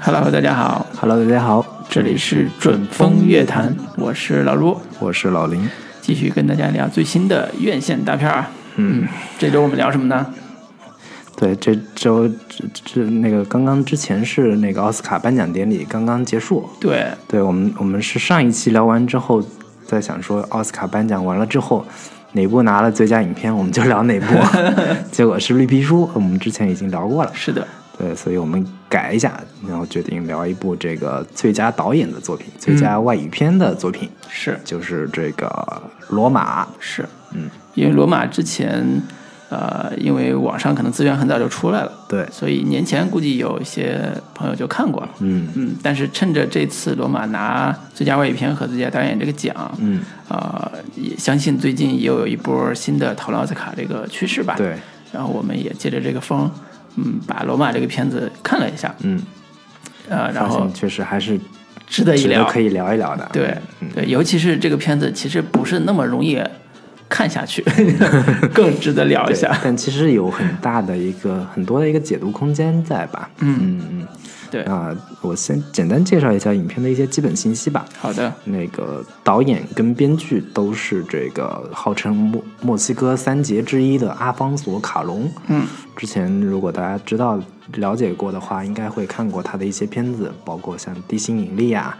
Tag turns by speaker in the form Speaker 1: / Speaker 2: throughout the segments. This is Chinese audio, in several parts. Speaker 1: Hello，大家好，
Speaker 2: Hello，大家好，
Speaker 1: 这里是准风乐坛，我是老卢，
Speaker 2: 我是老林。
Speaker 1: 继续跟大家聊最新的院线大片儿啊。嗯，这周我们聊什么呢？
Speaker 2: 对，这周这这那个刚刚之前是那个奥斯卡颁奖典礼刚刚结束，
Speaker 1: 对，
Speaker 2: 对我们我们是上一期聊完之后，在想说奥斯卡颁奖完了之后。哪部拿了最佳影片，我们就聊哪部。 结果是《绿皮书》，我们之前已经聊过了。
Speaker 1: 是的，
Speaker 2: 对，所以我们改一下，然后决定聊一部这个最佳导演的作品、最佳外语片的作品，
Speaker 1: 是
Speaker 2: 就是这个《罗马》。
Speaker 1: 是，
Speaker 2: 嗯，
Speaker 1: 因为罗马之前，呃，因为网上可能资源很早就出来了，
Speaker 2: 对，
Speaker 1: 所以年前估计有一些朋友就看过了。
Speaker 2: 嗯
Speaker 1: 嗯，但是趁着这次罗马拿最佳外语片和最佳导演这个奖，
Speaker 2: 嗯，
Speaker 1: 呃，也相信最近也有一波新的讨论奥斯卡这个趋势吧。。
Speaker 2: 对，
Speaker 1: 然后我们也借着这个风，嗯，把罗马这个片子看了一下，
Speaker 2: 嗯，
Speaker 1: 呃，然
Speaker 2: 发
Speaker 1: 后
Speaker 2: 现确实还是
Speaker 1: 值得一
Speaker 2: 值得
Speaker 1: 聊，
Speaker 2: 可以嗯聊一聊的。
Speaker 1: 对对，尤其是这个片子其实不是那么容易看下 去，更值得聊一
Speaker 2: 对
Speaker 1: 下。
Speaker 2: 但其实有很大的一个很多的一个解读空间在吧？嗯嗯
Speaker 1: 对
Speaker 2: 嗯。啊，我先简单介绍一下影片的一些基本信息吧。
Speaker 1: 好的，
Speaker 2: 那个导演跟编剧都是这个号称墨墨西哥三杰之一的阿方索·卡隆。
Speaker 1: 嗯，
Speaker 2: 之前如果大家知道了解过的话，应该会看过他的一些片子，包括像《地心引力》啊，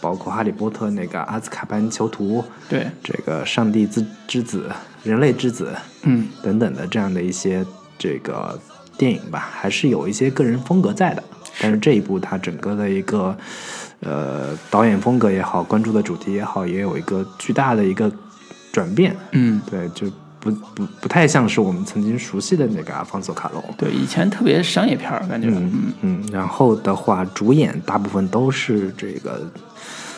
Speaker 2: 包括《哈利波特》那个阿兹卡班囚徒，
Speaker 1: 对，
Speaker 2: 这个上帝之之子、人类之子
Speaker 1: 嗯，
Speaker 2: 等等的这样的一些这个电影吧，还是有一些个人风格在的。但是这一部它整个的一个呃导演风格也好，关注的主题也好，也有一个巨大的一个转变。
Speaker 1: 嗯，
Speaker 2: 对，就不不不太像是我们曾经熟悉的那个阿方索卡隆。
Speaker 1: 对，以前特别商业片儿，感觉，嗯，
Speaker 2: 嗯，然后的话，主演大部分都是这个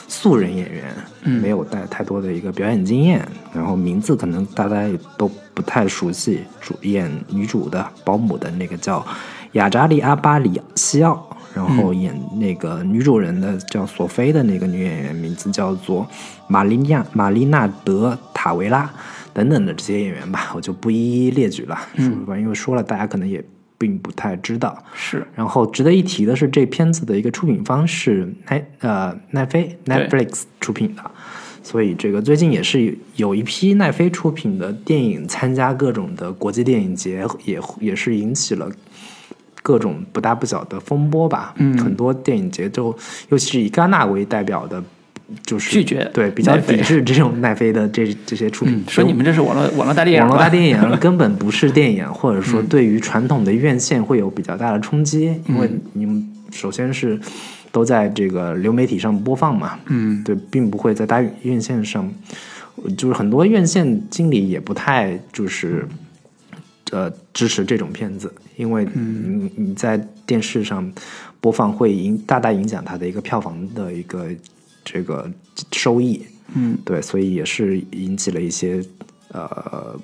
Speaker 2: 素人演员，没有带太多的一个表演经验，然后名字可能大家也都不太熟悉。主演女主的保姆的那个叫雅扎利阿巴里西奥，然后演那个女主人的叫索菲的那个女演员，名字叫做玛丽亚玛丽娜德塔维拉。等等的这些演员吧，我就不一一列举了，嗯、吧？因为说了，大家可能也并不太知道。
Speaker 1: 是，
Speaker 2: 然后值得一提的是，这片子的一个出品方是奈呃奈飞
Speaker 1: 对
Speaker 2: Netflix 出品的，所以这个最近也是有一批奈飞出品的电影参加各种的国际电影节，也也是引起了。各种不大不小的风波吧，嗯，很多电影节就，尤其是以戛纳为代表的，就是
Speaker 1: 拒绝
Speaker 2: 对比较
Speaker 1: 奈飞
Speaker 2: 抵制这种奈飞的这这些出品，
Speaker 1: 嗯，说你们这是网络网络大电影嗯吧，
Speaker 2: 网络大电 影根本不是电影，或者说对于传统的院线会有比较大的冲击，因为你们首先是都在这个流媒体上播放嘛，嗯，对，并不会在大院线上，就是很多院线经理也不太就是。呃，支持这种片子，因为
Speaker 1: 嗯
Speaker 2: 你你在电视上播放会影大大影响它的一个票房的一个这个收益，
Speaker 1: 嗯，
Speaker 2: 对，所以也是引起了一些呃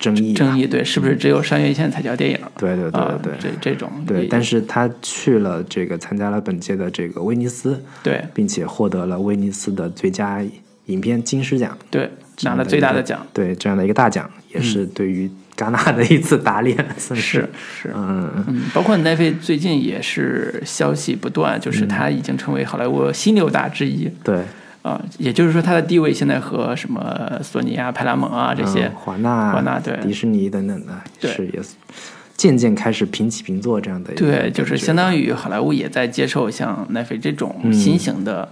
Speaker 2: 争议吧。
Speaker 1: 争议，对，是不是只有商业线才叫电影？
Speaker 2: 对嗯对
Speaker 1: 啊
Speaker 2: 对对、
Speaker 1: 这这种，
Speaker 2: 对，
Speaker 1: 也
Speaker 2: 但是他去了这个参加了本届的这个威尼斯，
Speaker 1: 对
Speaker 2: 并且获得了威尼斯的最佳影片金狮奖，
Speaker 1: 对，拿了最大的奖，
Speaker 2: 对这样的一个大奖，也是对于戛纳的一次打脸， 算
Speaker 1: 嗯是是，
Speaker 2: 嗯，
Speaker 1: 嗯，包括奈飞最近也是消息不断，
Speaker 2: 嗯
Speaker 1: 就是他已经成为好莱坞新六大之一
Speaker 2: 对，
Speaker 1: 啊、也就是说他的地位现在和什么索尼啊、派拉蒙啊这些
Speaker 2: 嗯、华纳、
Speaker 1: 华纳对
Speaker 2: 迪士尼等等的，
Speaker 1: 对
Speaker 2: 是也渐渐开始平起平坐这样的一个
Speaker 1: 对，就是
Speaker 2: 感觉
Speaker 1: 相当于好莱坞也在接受像奈飞这种新型的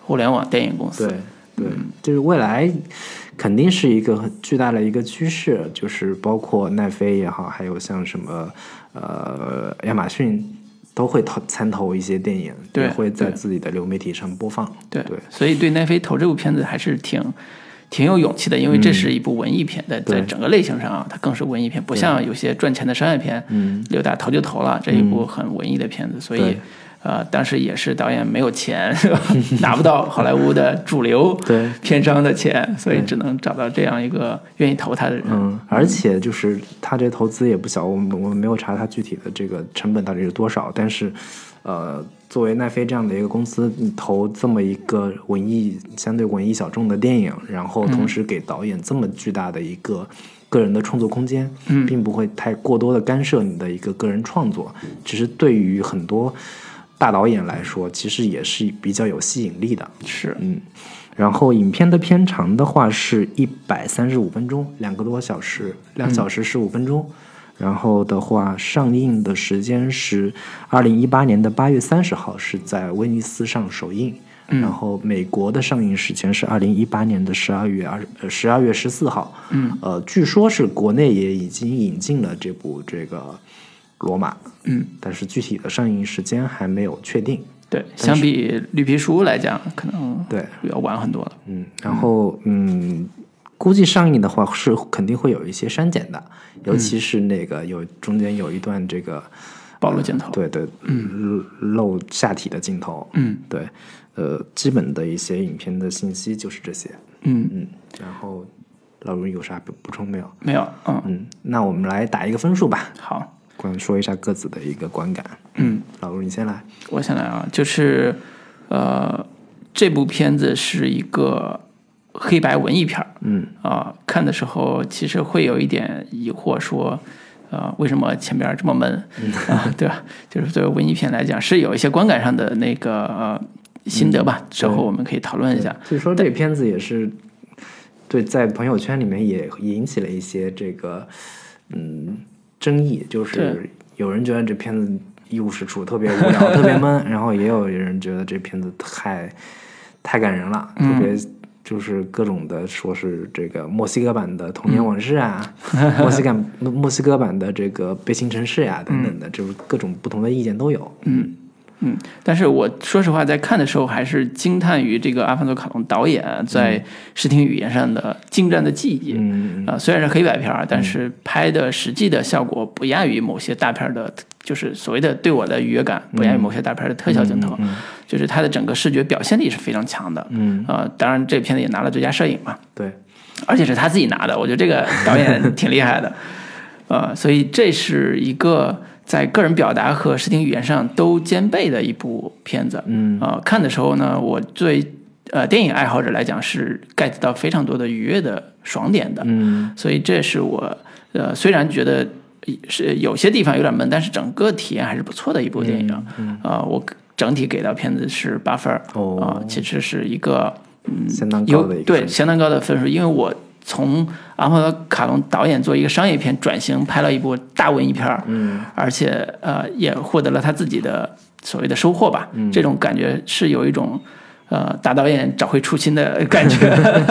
Speaker 1: 互联网电影公司。
Speaker 2: 嗯对对，就是未来肯定是一个很巨大的一个趋势，就是包括奈飞也好，还有像什么呃亚马逊都会投参投一些电影，
Speaker 1: 对
Speaker 2: 也会在
Speaker 1: 对
Speaker 2: 自己的流媒体上播放。
Speaker 1: 对
Speaker 2: 对
Speaker 1: 所以对奈飞投这部片子还是挺挺有勇气的，因为这是一部文艺片，在在
Speaker 2: 嗯对
Speaker 1: 整个类型上啊，它更是文艺片，不像有些赚钱的商业片，六大投就投了，这一部很文艺的片子，所以
Speaker 2: 嗯对。
Speaker 1: 呃，当时也是导演没有钱， 是吧拿不到好莱坞的主流
Speaker 2: 对
Speaker 1: 片商的钱，所以只能找到这样一个愿意投他的人。
Speaker 2: 嗯，而且就是他这投资也不小，我们我们没有查他具体的这个成本到底是多少，但是，呃，作为奈飞这样的一个公司，你投这么一个文艺相对文艺小众的电影，然后同时给导演这么巨大的一个个人的创作空间，并不会太过多的干涉你的一个个人创作，只是对于很多。大导演来说，其实也是比较有吸引力的。
Speaker 1: 是，
Speaker 2: 嗯。然后影片的片长的话是一百三十五分钟，两个多小时，两小时十五分钟。然后的话，上映的时间是二零一八年的八月三十号，是在威尼斯上首映。
Speaker 1: 嗯
Speaker 2: 然后美国的上映时间是二零一八年的十二月二十二月十四号。
Speaker 1: 嗯，
Speaker 2: 呃，据说是国内也已经引进了这部这个《罗马》，
Speaker 1: 嗯，
Speaker 2: 但是具体的上映时间还没有确定。
Speaker 1: 对，相比《绿皮书》来讲，可能
Speaker 2: 对，
Speaker 1: 要晚很多了。
Speaker 2: 嗯，然后嗯，估计上映的话是肯定会有一些删减的，尤其是那个有中间有一段这个
Speaker 1: 暴露镜头，
Speaker 2: 对对，嗯，露下体的镜头，
Speaker 1: 嗯，
Speaker 2: 对，呃，基本的一些影片的信息就是这些，
Speaker 1: 嗯，
Speaker 2: 嗯，然后老卢有啥补补充没有？
Speaker 1: 没有，嗯，
Speaker 2: 嗯，那我们来打一个分数吧，
Speaker 1: 好，
Speaker 2: 关说一下各自的一个观感。
Speaker 1: 嗯，
Speaker 2: 老卢你先来，
Speaker 1: 我想来啊，就是呃，这部片子是一个黑白文艺片儿，
Speaker 2: 嗯
Speaker 1: 啊、看的时候其实会有一点疑惑，说。呃，为什么前边这么闷啊、对吧？就是作为文艺片来讲，是有一些观感上的那个、呃、心得吧。之后我们可以讨论一下。
Speaker 2: 所以说这片子也是对，在朋友圈里面也也引起了一些这个嗯争议，就是
Speaker 1: 对
Speaker 2: 有人觉得这片子一无是处，特别无聊，特别闷，然后也有人觉得这片子太太感人了，
Speaker 1: 嗯
Speaker 2: 特别。就是各种的，说是这个墨西哥版的《童年往事》啊，
Speaker 1: 嗯
Speaker 2: 墨西哥墨西哥版的这个《悲情城市》啊，等等的，就是各种不同的意见都有。嗯，
Speaker 1: 嗯，但是我说实话，在看的时候还是惊叹于这个阿凡佐·卡隆导演在视听语言上的精湛的技艺。
Speaker 2: 嗯
Speaker 1: 啊、虽然是黑白片儿，但是拍的实际的效果不亚于某些大片儿的，就是所谓的对我的愉悦感不亚于
Speaker 2: 嗯
Speaker 1: 某些大片儿的特效镜头，嗯就是它的整个视觉表现力是非常强的。
Speaker 2: 嗯，
Speaker 1: 啊、当然这片子也拿了最佳摄影嘛，
Speaker 2: 对，
Speaker 1: 而且是他自己拿的，我觉得这个导 演挺厉害的，呃，所以这是一个在个人表达和视听语言上都兼备的一部片子，
Speaker 2: 嗯
Speaker 1: 呃，看的时候呢，我对呃电影爱好者来讲是 get 到非常多的愉悦的爽点的，
Speaker 2: 嗯
Speaker 1: 所以这是我呃虽然觉得是呃有些地方有点闷，但是整个体验还是不错的一部电影，啊、我整体给到片子是八分儿，
Speaker 2: 哦
Speaker 1: 啊、其实是一个。嗯，
Speaker 2: 相当
Speaker 1: 有
Speaker 2: 高的一个
Speaker 1: 对
Speaker 2: 分数
Speaker 1: 相当高的分数，因为我从阿莫多卡隆导演做一个商业片转型，拍了一部大文艺片儿，
Speaker 2: 嗯，
Speaker 1: 而且呃也获得了他自己的所谓的收获吧，嗯、这种感觉是有一种呃大导演找回初心的感觉，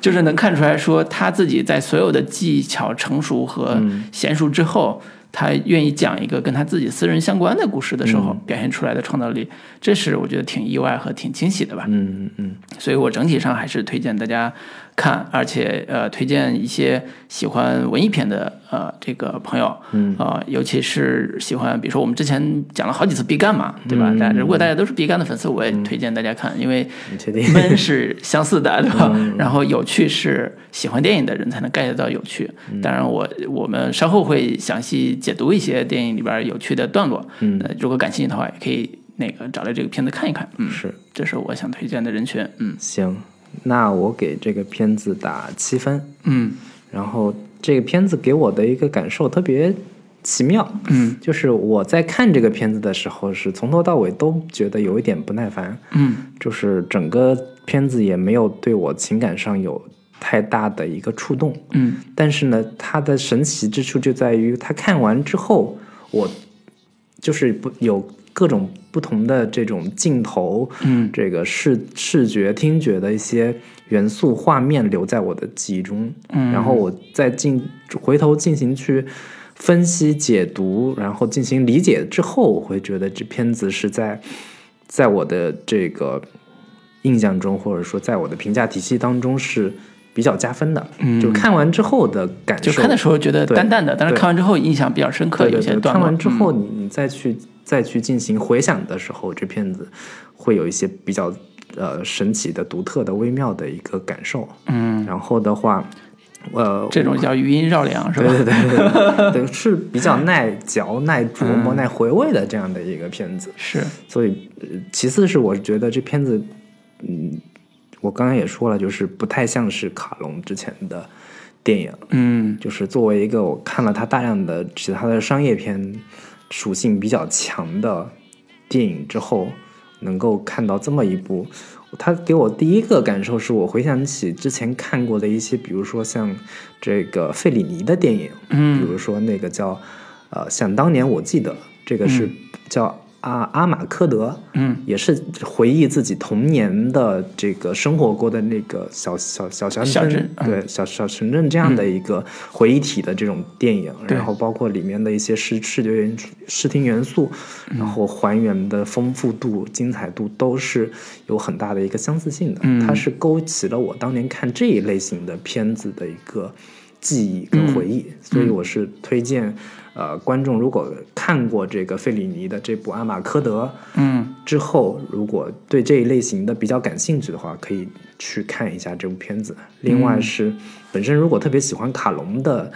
Speaker 1: 就是能看出来说他自己在所有的技巧成熟和
Speaker 2: 嗯
Speaker 1: 娴熟之后。他愿意讲一个跟他自己私人相关的故事的时
Speaker 2: 嗯
Speaker 1: 候，表现出来的创造力，这是我觉得挺意外和挺惊喜的吧。
Speaker 2: 嗯嗯嗯，
Speaker 1: 所以我整体上还是推荐大家看，而且呃，推荐一些喜欢文艺片的呃这个朋友，
Speaker 2: 嗯
Speaker 1: 啊、尤其是喜欢，比如说我们之前讲了好几次毕赣嘛，对
Speaker 2: 嗯
Speaker 1: 吧？大家如果大家都是毕赣的粉丝，我也推荐大家看，因 为
Speaker 2: 你确定？
Speaker 1: 闷是相似的，对吧？
Speaker 2: 嗯
Speaker 1: 然后有趣是喜欢电影的人才能 get 到有趣。
Speaker 2: 嗯
Speaker 1: 当然我，我们稍后会详细解读一些电影里边有趣的段落。
Speaker 2: 嗯
Speaker 1: 呃，如果感兴趣的话，也可以那个找来这个片子看一看。嗯，
Speaker 2: 是。
Speaker 1: 这是我想推荐的人群。嗯
Speaker 2: 行，那我给这个片子打七分。
Speaker 1: 嗯
Speaker 2: 然后这个片子给我的一个感受特别奇妙，
Speaker 1: 嗯，
Speaker 2: 就是我在看这个片子的时候，是从头到尾都觉得有一点不耐烦，
Speaker 1: 嗯
Speaker 2: 就是整个片子也没有对我情感上有太大的一个触动。
Speaker 1: 嗯
Speaker 2: 但是呢，它的神奇之处就在于，它看完之后，我就是不有各种不同的这种镜头，
Speaker 1: 嗯，
Speaker 2: 这个视视觉、听觉的一些元素画面留在我的记忆中，嗯，然后我再进回头进行去分析、解读，然后进行理解之后，我会觉得这片子是在在我的这个印象中，或者说在我的评价体系当中是比较加分的。嗯，就看完之后的感受，
Speaker 1: 就看的时候觉得
Speaker 2: 对
Speaker 1: 淡淡的，但是
Speaker 2: 对
Speaker 1: 看完之后印象比较深刻，
Speaker 2: 对
Speaker 1: 有
Speaker 2: 对
Speaker 1: 些
Speaker 2: 对，
Speaker 1: 段
Speaker 2: 看
Speaker 1: 落。嗯
Speaker 2: 完之后你你再去再去进行回想的时候，这片子会有一些比较呃神奇的、独特的、微妙的一个感受。
Speaker 1: 嗯，
Speaker 2: 然后的话，呃，
Speaker 1: 这种叫余音绕梁是
Speaker 2: 对
Speaker 1: 吧？
Speaker 2: 对对对对对，是比较耐嚼、耐琢
Speaker 1: 嗯
Speaker 2: 磨、耐回味的这样的一个片子。
Speaker 1: 是，
Speaker 2: 所以，呃其次是我觉得这片子，嗯，我刚刚也说了，就是不太像是卡隆之前的电影，
Speaker 1: 嗯
Speaker 2: 就是作为一个我看了他大量的其他的商业片属性比较强的电影之后，能够看到这么一部，他给我第一个感受是我回想起之前看过的一些，比如说像这个费里尼的电影，
Speaker 1: 嗯
Speaker 2: 比如说那个叫呃，想当年我记得这个是叫阿、阿马科德，
Speaker 1: 嗯，
Speaker 2: 也是回忆自己童年的这个生活过的那个小小小小
Speaker 1: 小
Speaker 2: 镇，
Speaker 1: 镇嗯
Speaker 2: 对小小城镇这样的一个回忆体的这种电影，
Speaker 1: 对
Speaker 2: 然后包括里面的一些视视觉元素视听元素，
Speaker 1: 嗯
Speaker 2: 然后还原的丰富度、精彩度都是有很大的一个相似性的，
Speaker 1: 嗯
Speaker 2: 它是勾起了我当年看这一类型的片子的一个记忆跟回
Speaker 1: 嗯
Speaker 2: 忆，所以我是推荐。呃，观众如果看过这个费里尼的这部《阿马科德》，
Speaker 1: 嗯，
Speaker 2: 之后，如果对这一类型的比较感兴趣的话，可以去看一下这部片子。另外是，
Speaker 1: 嗯
Speaker 2: 本身如果特别喜欢卡隆的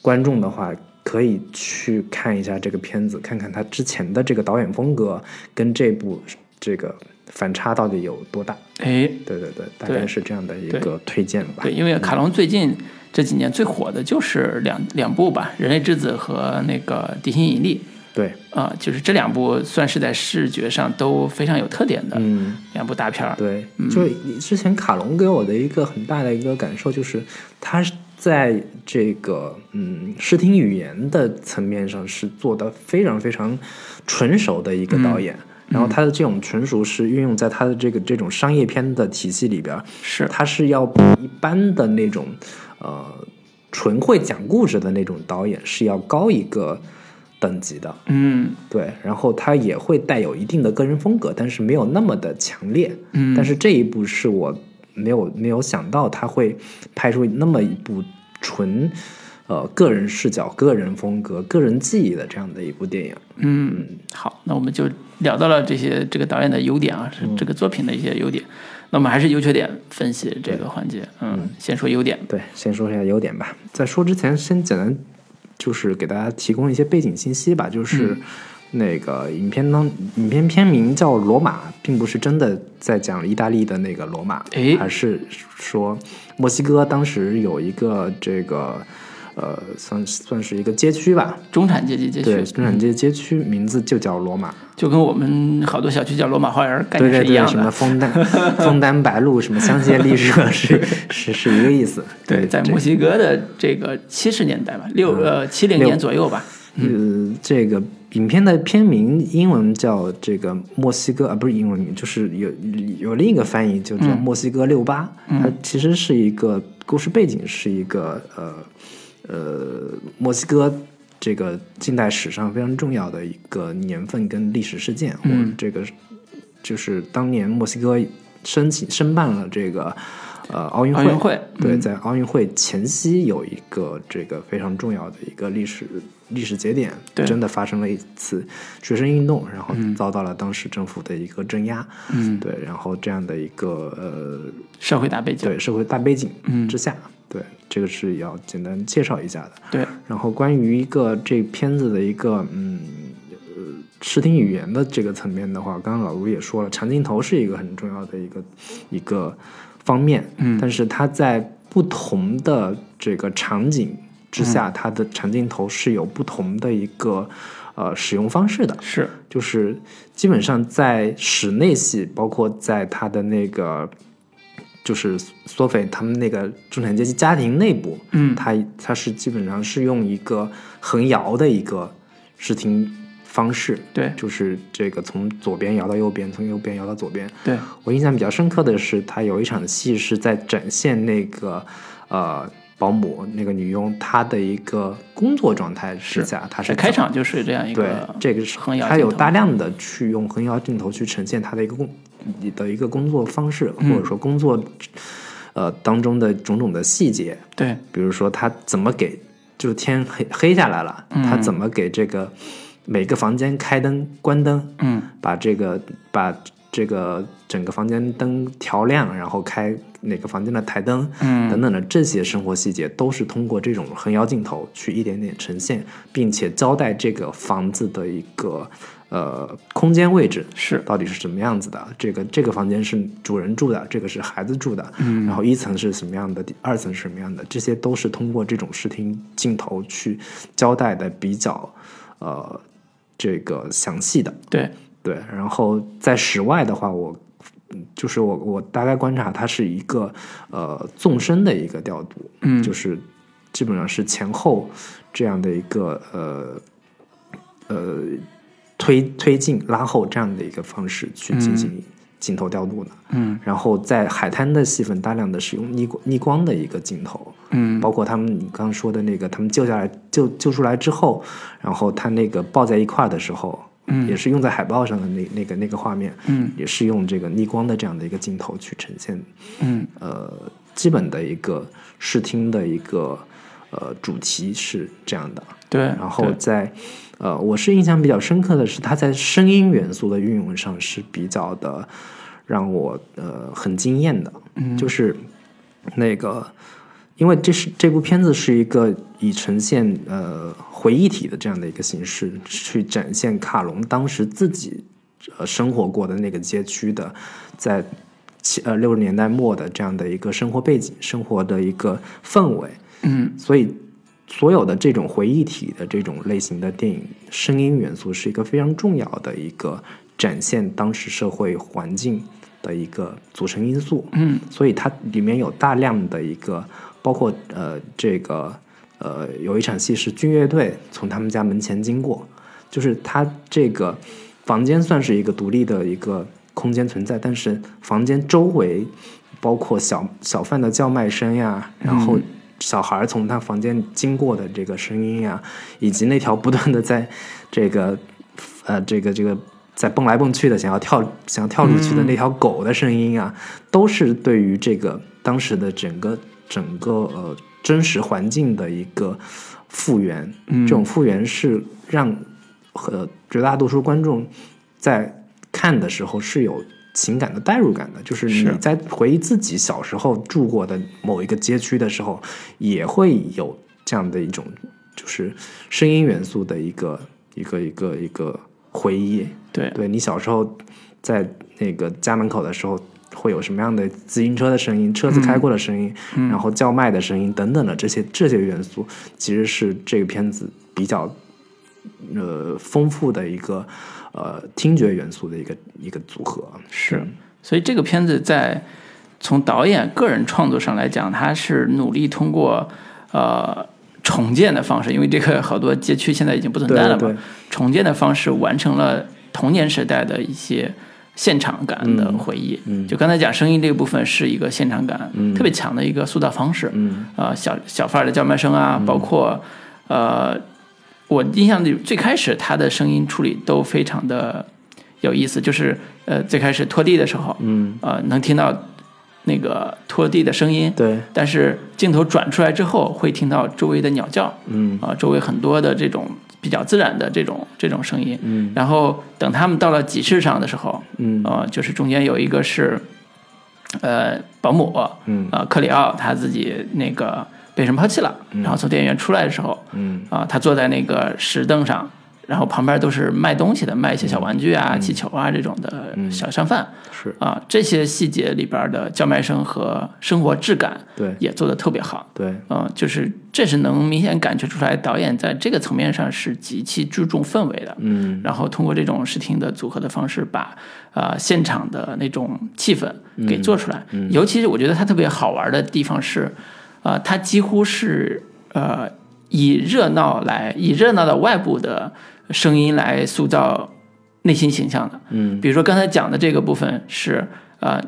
Speaker 2: 观众的话，可以去看一下这个片子，看看他之前的这个导演风格跟这部这个反差到底有多大。
Speaker 1: 哎，
Speaker 2: 对对对，大
Speaker 1: 对
Speaker 2: 概是这样的一个推荐吧。
Speaker 1: 对，因为卡隆最近这几年最火的就是两两部吧，《人类之子》和那个《地心引力》
Speaker 2: 对，
Speaker 1: 啊、就是这两部算是在视觉上都非常有特点的
Speaker 2: 嗯。
Speaker 1: 两部大片儿。
Speaker 2: 对，就是你之前卡隆给我的一个很大的一个感受就是，他是在这个嗯视听语言的层面上是做的非常非常纯熟的一个导演。然后他的这种纯熟是运用在他的这个这种商业片的体系里边儿，
Speaker 1: 是，
Speaker 2: 他是要比一般的那种呃纯会讲故事的那种导演是要高一个等级的。
Speaker 1: 嗯
Speaker 2: 对，然后他也会带有一定的个人风格，但是没有那么的强烈。嗯，但是这一部是我没有没有想到他会拍出那么一部纯呃个人视角、个人风格、个人记忆的这样的一部电影。
Speaker 1: 嗯，好，那我们就聊到了这些这个导演的优点啊，是
Speaker 2: 嗯
Speaker 1: 这个作品的一些优点。那我们还是优缺点分析这个环节。嗯，先说优点。
Speaker 2: 对，先说一下优点吧。在说之前，先简单就是给大家提供一些背景信息吧，就是
Speaker 1: 嗯
Speaker 2: 那个影片当影片片名叫《罗马》，并不是真的在讲意大利的那个罗马，
Speaker 1: 诶
Speaker 2: 而是说墨西哥当时有一个这个呃，算算是一个街区吧。
Speaker 1: 中产阶级街区
Speaker 2: 对，
Speaker 1: 嗯
Speaker 2: 中产阶级街区名字就叫罗马，
Speaker 1: 就跟我们好多小区叫罗马花园概
Speaker 2: 对
Speaker 1: 念是
Speaker 2: 对
Speaker 1: 一
Speaker 2: 对，
Speaker 1: 样
Speaker 2: 什么
Speaker 1: 的。
Speaker 2: 枫丹 枫丹白露，什么香榭丽舍， 是是是一个意思。对，
Speaker 1: 在
Speaker 2: 这嗯
Speaker 1: 墨西哥的这个七十年代吧，六呃七零
Speaker 2: 六
Speaker 1: 年左右吧，
Speaker 2: 呃，这个影片的片名英文叫这个墨西哥啊，不是英文名，就是有有另一个翻译就叫墨西哥六八、它其实是一个故事背景是一个呃呃墨西哥这个近代史上非常重要的一个年份跟历史事件，嗯、这个就是当年墨西哥申请申办了这个呃奥运
Speaker 1: 奥
Speaker 2: 会，
Speaker 1: 运会嗯
Speaker 2: 对，在奥运会前夕有一个这个非常重要的一个历史历史节点，
Speaker 1: 对嗯
Speaker 2: 真的发生了一次学生运动，然后遭到了当时政府的一个镇压，嗯，对，然后这样的一个呃，
Speaker 1: 社会大背景。
Speaker 2: 对社会大背景
Speaker 1: 嗯
Speaker 2: 之下，对这个是要简单介绍一下的。
Speaker 1: 对，
Speaker 2: 然后关于一个这片子的一个嗯呃视听语言的这个层面的话，刚刚老卢也说了，长镜头是一个很重要的一个一个方面，嗯，但是它在不同的这个场景之下，它的长镜头是有不同的一个呃使用方式的，
Speaker 1: 是，
Speaker 2: 就是基本上在室内戏，包括在他的那个就是索菲他们那个中产阶级家庭内部，
Speaker 1: 嗯
Speaker 2: 他他是基本上是用一个横摇的一个视听方式，
Speaker 1: 对
Speaker 2: 就是这个从左边摇到右边，从右边摇到左边。
Speaker 1: 对，
Speaker 2: 我印象比较深刻的是，他有一场戏是在展现那个呃保姆那个女佣她的一个工作状态之下，她是
Speaker 1: 在开
Speaker 2: 怎么
Speaker 1: 场就是这样一
Speaker 2: 对
Speaker 1: 个，
Speaker 2: 这个是
Speaker 1: 横摇
Speaker 2: 它
Speaker 1: 镜
Speaker 2: 有
Speaker 1: 头
Speaker 2: 大量的去用横摇镜头去呈现它的一个工的一个工作方式，
Speaker 1: 嗯
Speaker 2: 或者说工作呃当中的种种的细节，
Speaker 1: 对
Speaker 2: 比如说他怎么给，就是天黑黑下来了，他
Speaker 1: 嗯
Speaker 2: 怎么给这个每个房间开灯关灯，
Speaker 1: 嗯，
Speaker 2: 把这个把这个整个房间灯调亮，然后开哪个房间的台灯，嗯，等等的这些生活细节都是通过这种横摇镜头去一点点呈现，并且交代这个房子的一个呃空间位置，
Speaker 1: 是，
Speaker 2: 到底是什么样子的？这个这个房间是主人住的，这个是孩子住的，嗯，然后一层是什么样的，二层是什么样的，这些都是通过这种视听镜头去交代的比较，呃，这个详细的。
Speaker 1: 对
Speaker 2: 对，然后在室外的话，我就是我我大概观察它是一个呃纵深的一个调度，
Speaker 1: 嗯
Speaker 2: 就是基本上是前后这样的一个呃呃推推进拉后这样的一个方式去进行镜头调度的。
Speaker 1: 嗯
Speaker 2: 然后在海滩的戏份，大量的使用逆光逆光的一个镜头，
Speaker 1: 嗯
Speaker 2: 包括他们你刚刚说的那个，他们救下来救救出来之后，然后他那个抱在一块儿的时候，
Speaker 1: 嗯
Speaker 2: 也是用在海报上的那那个那个画面，
Speaker 1: 嗯
Speaker 2: 也是用这个逆光的这样的一个镜头去呈现，
Speaker 1: 嗯
Speaker 2: 呃，基本的一个视听的一个呃主题是这样的。
Speaker 1: 对，
Speaker 2: 然后
Speaker 1: 对
Speaker 2: 在呃，我是印象比较深刻的是，他在声音元素的运用上是比较的让我呃很惊艳的，
Speaker 1: 嗯
Speaker 2: 就是那个。因为这是这部片子是一个以呈现呃回忆体的这样的一个形式，去展现卡隆当时自己呃生活过的那个街区的，在七呃六十年代末的这样的一个生活背景、生活的一个氛围，
Speaker 1: 嗯
Speaker 2: 所以所有的这种回忆体的这种类型的电影，声音元素是一个非常重要的一个展现当时社会环境的一个组成因素。
Speaker 1: 嗯
Speaker 2: 所以它里面有大量的一个，包括呃这个呃有一场戏是军乐队从他们家门前经过，就是它这个房间算是一个独立的一个空间存在，但是房间周围包括小小贩的叫卖声呀，然后小孩儿从他房间经过的这个声音呀，以及那条不断的在这个呃这个这个在蹦来蹦去的想要跳想要跳出
Speaker 1: 嗯
Speaker 2: 去的那条狗的声音啊，都是对于这个当时的整个整个呃真实环境的一个复原。
Speaker 1: 嗯
Speaker 2: 这种复原是让和绝大多数观众在看的时候是有情感的代入感的，就是你
Speaker 1: 是
Speaker 2: 在回忆自己小时候住过的某一个街区的时候，也会有这样的一种就是声音元素的一个一个一个一个回忆。
Speaker 1: 对
Speaker 2: 对你小时候在那个家门口的时候，会有什么样的自行车的声音、车子开过的声音，
Speaker 1: 嗯
Speaker 2: 然后叫卖的声音等等的这些这些元素，其实是这个片子比较呃丰富的一个呃听觉元素的一个一个组合。啊
Speaker 1: 是，所以这个片子在从导演个人创作上来讲，他是努力通过呃重建的方式，因为这个好多街区现在已经不存
Speaker 2: 对
Speaker 1: 在了嘛，
Speaker 2: 对，
Speaker 1: 重建的方式完成了童年时代的一些现场感的回忆。
Speaker 2: 嗯嗯
Speaker 1: 就刚才讲声音这个部分是一个现场感、特别强的一个塑造方式。
Speaker 2: 嗯
Speaker 1: 呃，小小贩儿的叫卖声啊，包括呃，我印象里最开始他的声音处理都非常的有意思，就是呃最开始拖地的时候，
Speaker 2: 嗯，
Speaker 1: 呃能听到那个拖地的声音，
Speaker 2: 对，
Speaker 1: 但是镜头转出来之后会听到周围的鸟叫，
Speaker 2: 嗯
Speaker 1: 啊，周围很多的这种比较自然的这种这种声音。
Speaker 2: 嗯
Speaker 1: 然后等他们到了集市上的时候，
Speaker 2: 嗯
Speaker 1: 呃，就是中间有一个是，呃，保姆，
Speaker 2: 嗯
Speaker 1: 呃，克里奥他自己那个被人抛弃了，然后从电影院出来的时候，
Speaker 2: 嗯
Speaker 1: 啊、他坐在那个石凳上，然后旁边都是卖东西的，卖一些小玩具
Speaker 2: 嗯
Speaker 1: 啊、气球啊这种的小商贩。
Speaker 2: 是
Speaker 1: 啊、这些细节里边的叫卖声和生活质感
Speaker 2: 对
Speaker 1: 也做得特别好。
Speaker 2: 对
Speaker 1: 嗯，就是这是能明显感觉出来，导演在这个层面上是极其注重氛围的。
Speaker 2: 嗯
Speaker 1: 然后通过这种视听的组合的方式把，呃现场的那种气氛
Speaker 2: 嗯
Speaker 1: 给做出来。尤其是我觉得它特别好玩的地方是，呃，它几乎是呃以热闹来以热闹的外部的声音来塑造内心形象的。
Speaker 2: 嗯
Speaker 1: 比如说刚才讲的这个部分是呃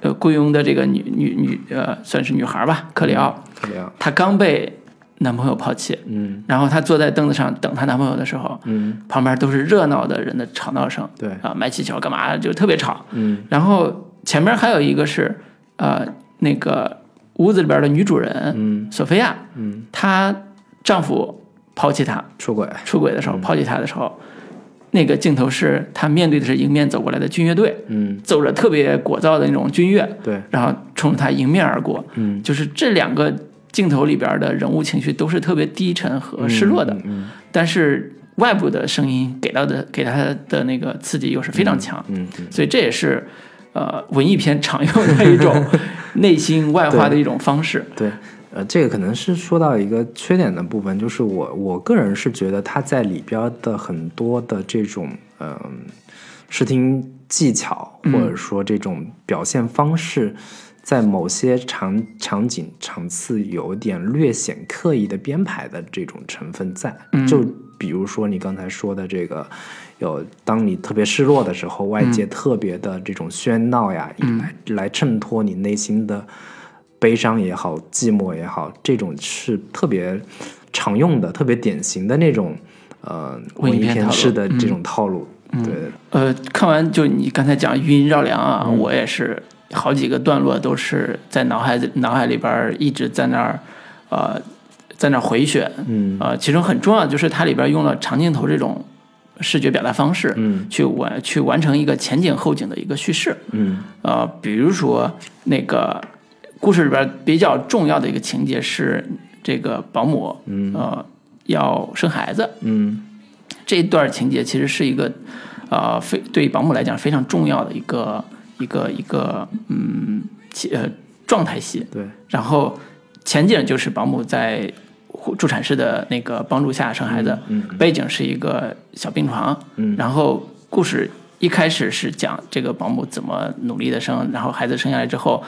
Speaker 1: 呃雇佣的这个女女女呃算是女孩吧，克里奥，
Speaker 2: 特别好
Speaker 1: 她刚被男朋友抛弃，
Speaker 2: 嗯
Speaker 1: 然后她坐在凳子上等她男朋友的时候，
Speaker 2: 嗯
Speaker 1: 旁边都是热闹的人的吵闹声，
Speaker 2: 对
Speaker 1: 啊，卖气球干嘛就特别吵。
Speaker 2: 嗯
Speaker 1: 然后前面还有一个是呃那个屋子里边的女主人
Speaker 2: 嗯
Speaker 1: 索菲亚，
Speaker 2: 嗯
Speaker 1: 她丈夫抛弃她，
Speaker 2: 出轨
Speaker 1: 出轨的
Speaker 2: 嗯
Speaker 1: 时候抛弃她的时候，那个镜头是她面对的是迎面走过来的军乐队，
Speaker 2: 嗯
Speaker 1: 奏着特别聒噪的那种军乐，
Speaker 2: 对
Speaker 1: 然后冲着她迎面而过。
Speaker 2: 嗯
Speaker 1: 就是这两个镜头里边的人物情绪都是特别低沉和失落的，
Speaker 2: 嗯
Speaker 1: 但是外部的声音给到的给他的那个刺激又是非常强，
Speaker 2: 嗯嗯
Speaker 1: 所以这也是呃文艺片常用的一 种内心外化的一种方式。
Speaker 2: 对，呃，这个可能是说到一个缺点的部分，就是我我个人是觉得他在里边的很多的这种嗯、视听技巧，
Speaker 1: 嗯
Speaker 2: 或者说这种表现方式，在某些场场景场次有点略显刻意的编排的这种成分在。
Speaker 1: 嗯
Speaker 2: 就比如说你刚才说的这个，有当你特别失落的时候，外
Speaker 1: 嗯
Speaker 2: 界特别的这种喧闹呀，来来衬托你内心的悲伤也好、寂寞也好，这种是特别常用的、特别典型的那种呃
Speaker 1: 文
Speaker 2: 文
Speaker 1: 艺
Speaker 2: 艺
Speaker 1: 片套
Speaker 2: 片
Speaker 1: 路嗯
Speaker 2: 式的这种套路。对，
Speaker 1: 呃，看完就你刚才讲余音绕梁啊，
Speaker 2: 嗯
Speaker 1: 我也是好几个段落都是在脑海脑海里边儿一直在那儿，呃，在那儿回旋。
Speaker 2: 嗯
Speaker 1: 呃，其中很重要的就是它里边用了长镜头这种视觉表达方式，
Speaker 2: 嗯
Speaker 1: 去完去完成一个前景后景的一个叙事。
Speaker 2: 嗯
Speaker 1: 呃，比如说那个故事里边比较重要的一个情节是这个保姆，嗯，呃，要生孩子，
Speaker 2: 嗯
Speaker 1: 这一段情节其实是一个，呃，非对于保姆来讲非常重要的一个一个一个嗯其呃状态戏。
Speaker 2: 对，
Speaker 1: 然后前景就是保姆在护助产士的那个帮助下生孩子，
Speaker 2: 嗯
Speaker 1: 背景是一个小病床，
Speaker 2: 嗯
Speaker 1: 然后故事一开始是讲这个保姆怎么努力的生，然后孩子生下来之后，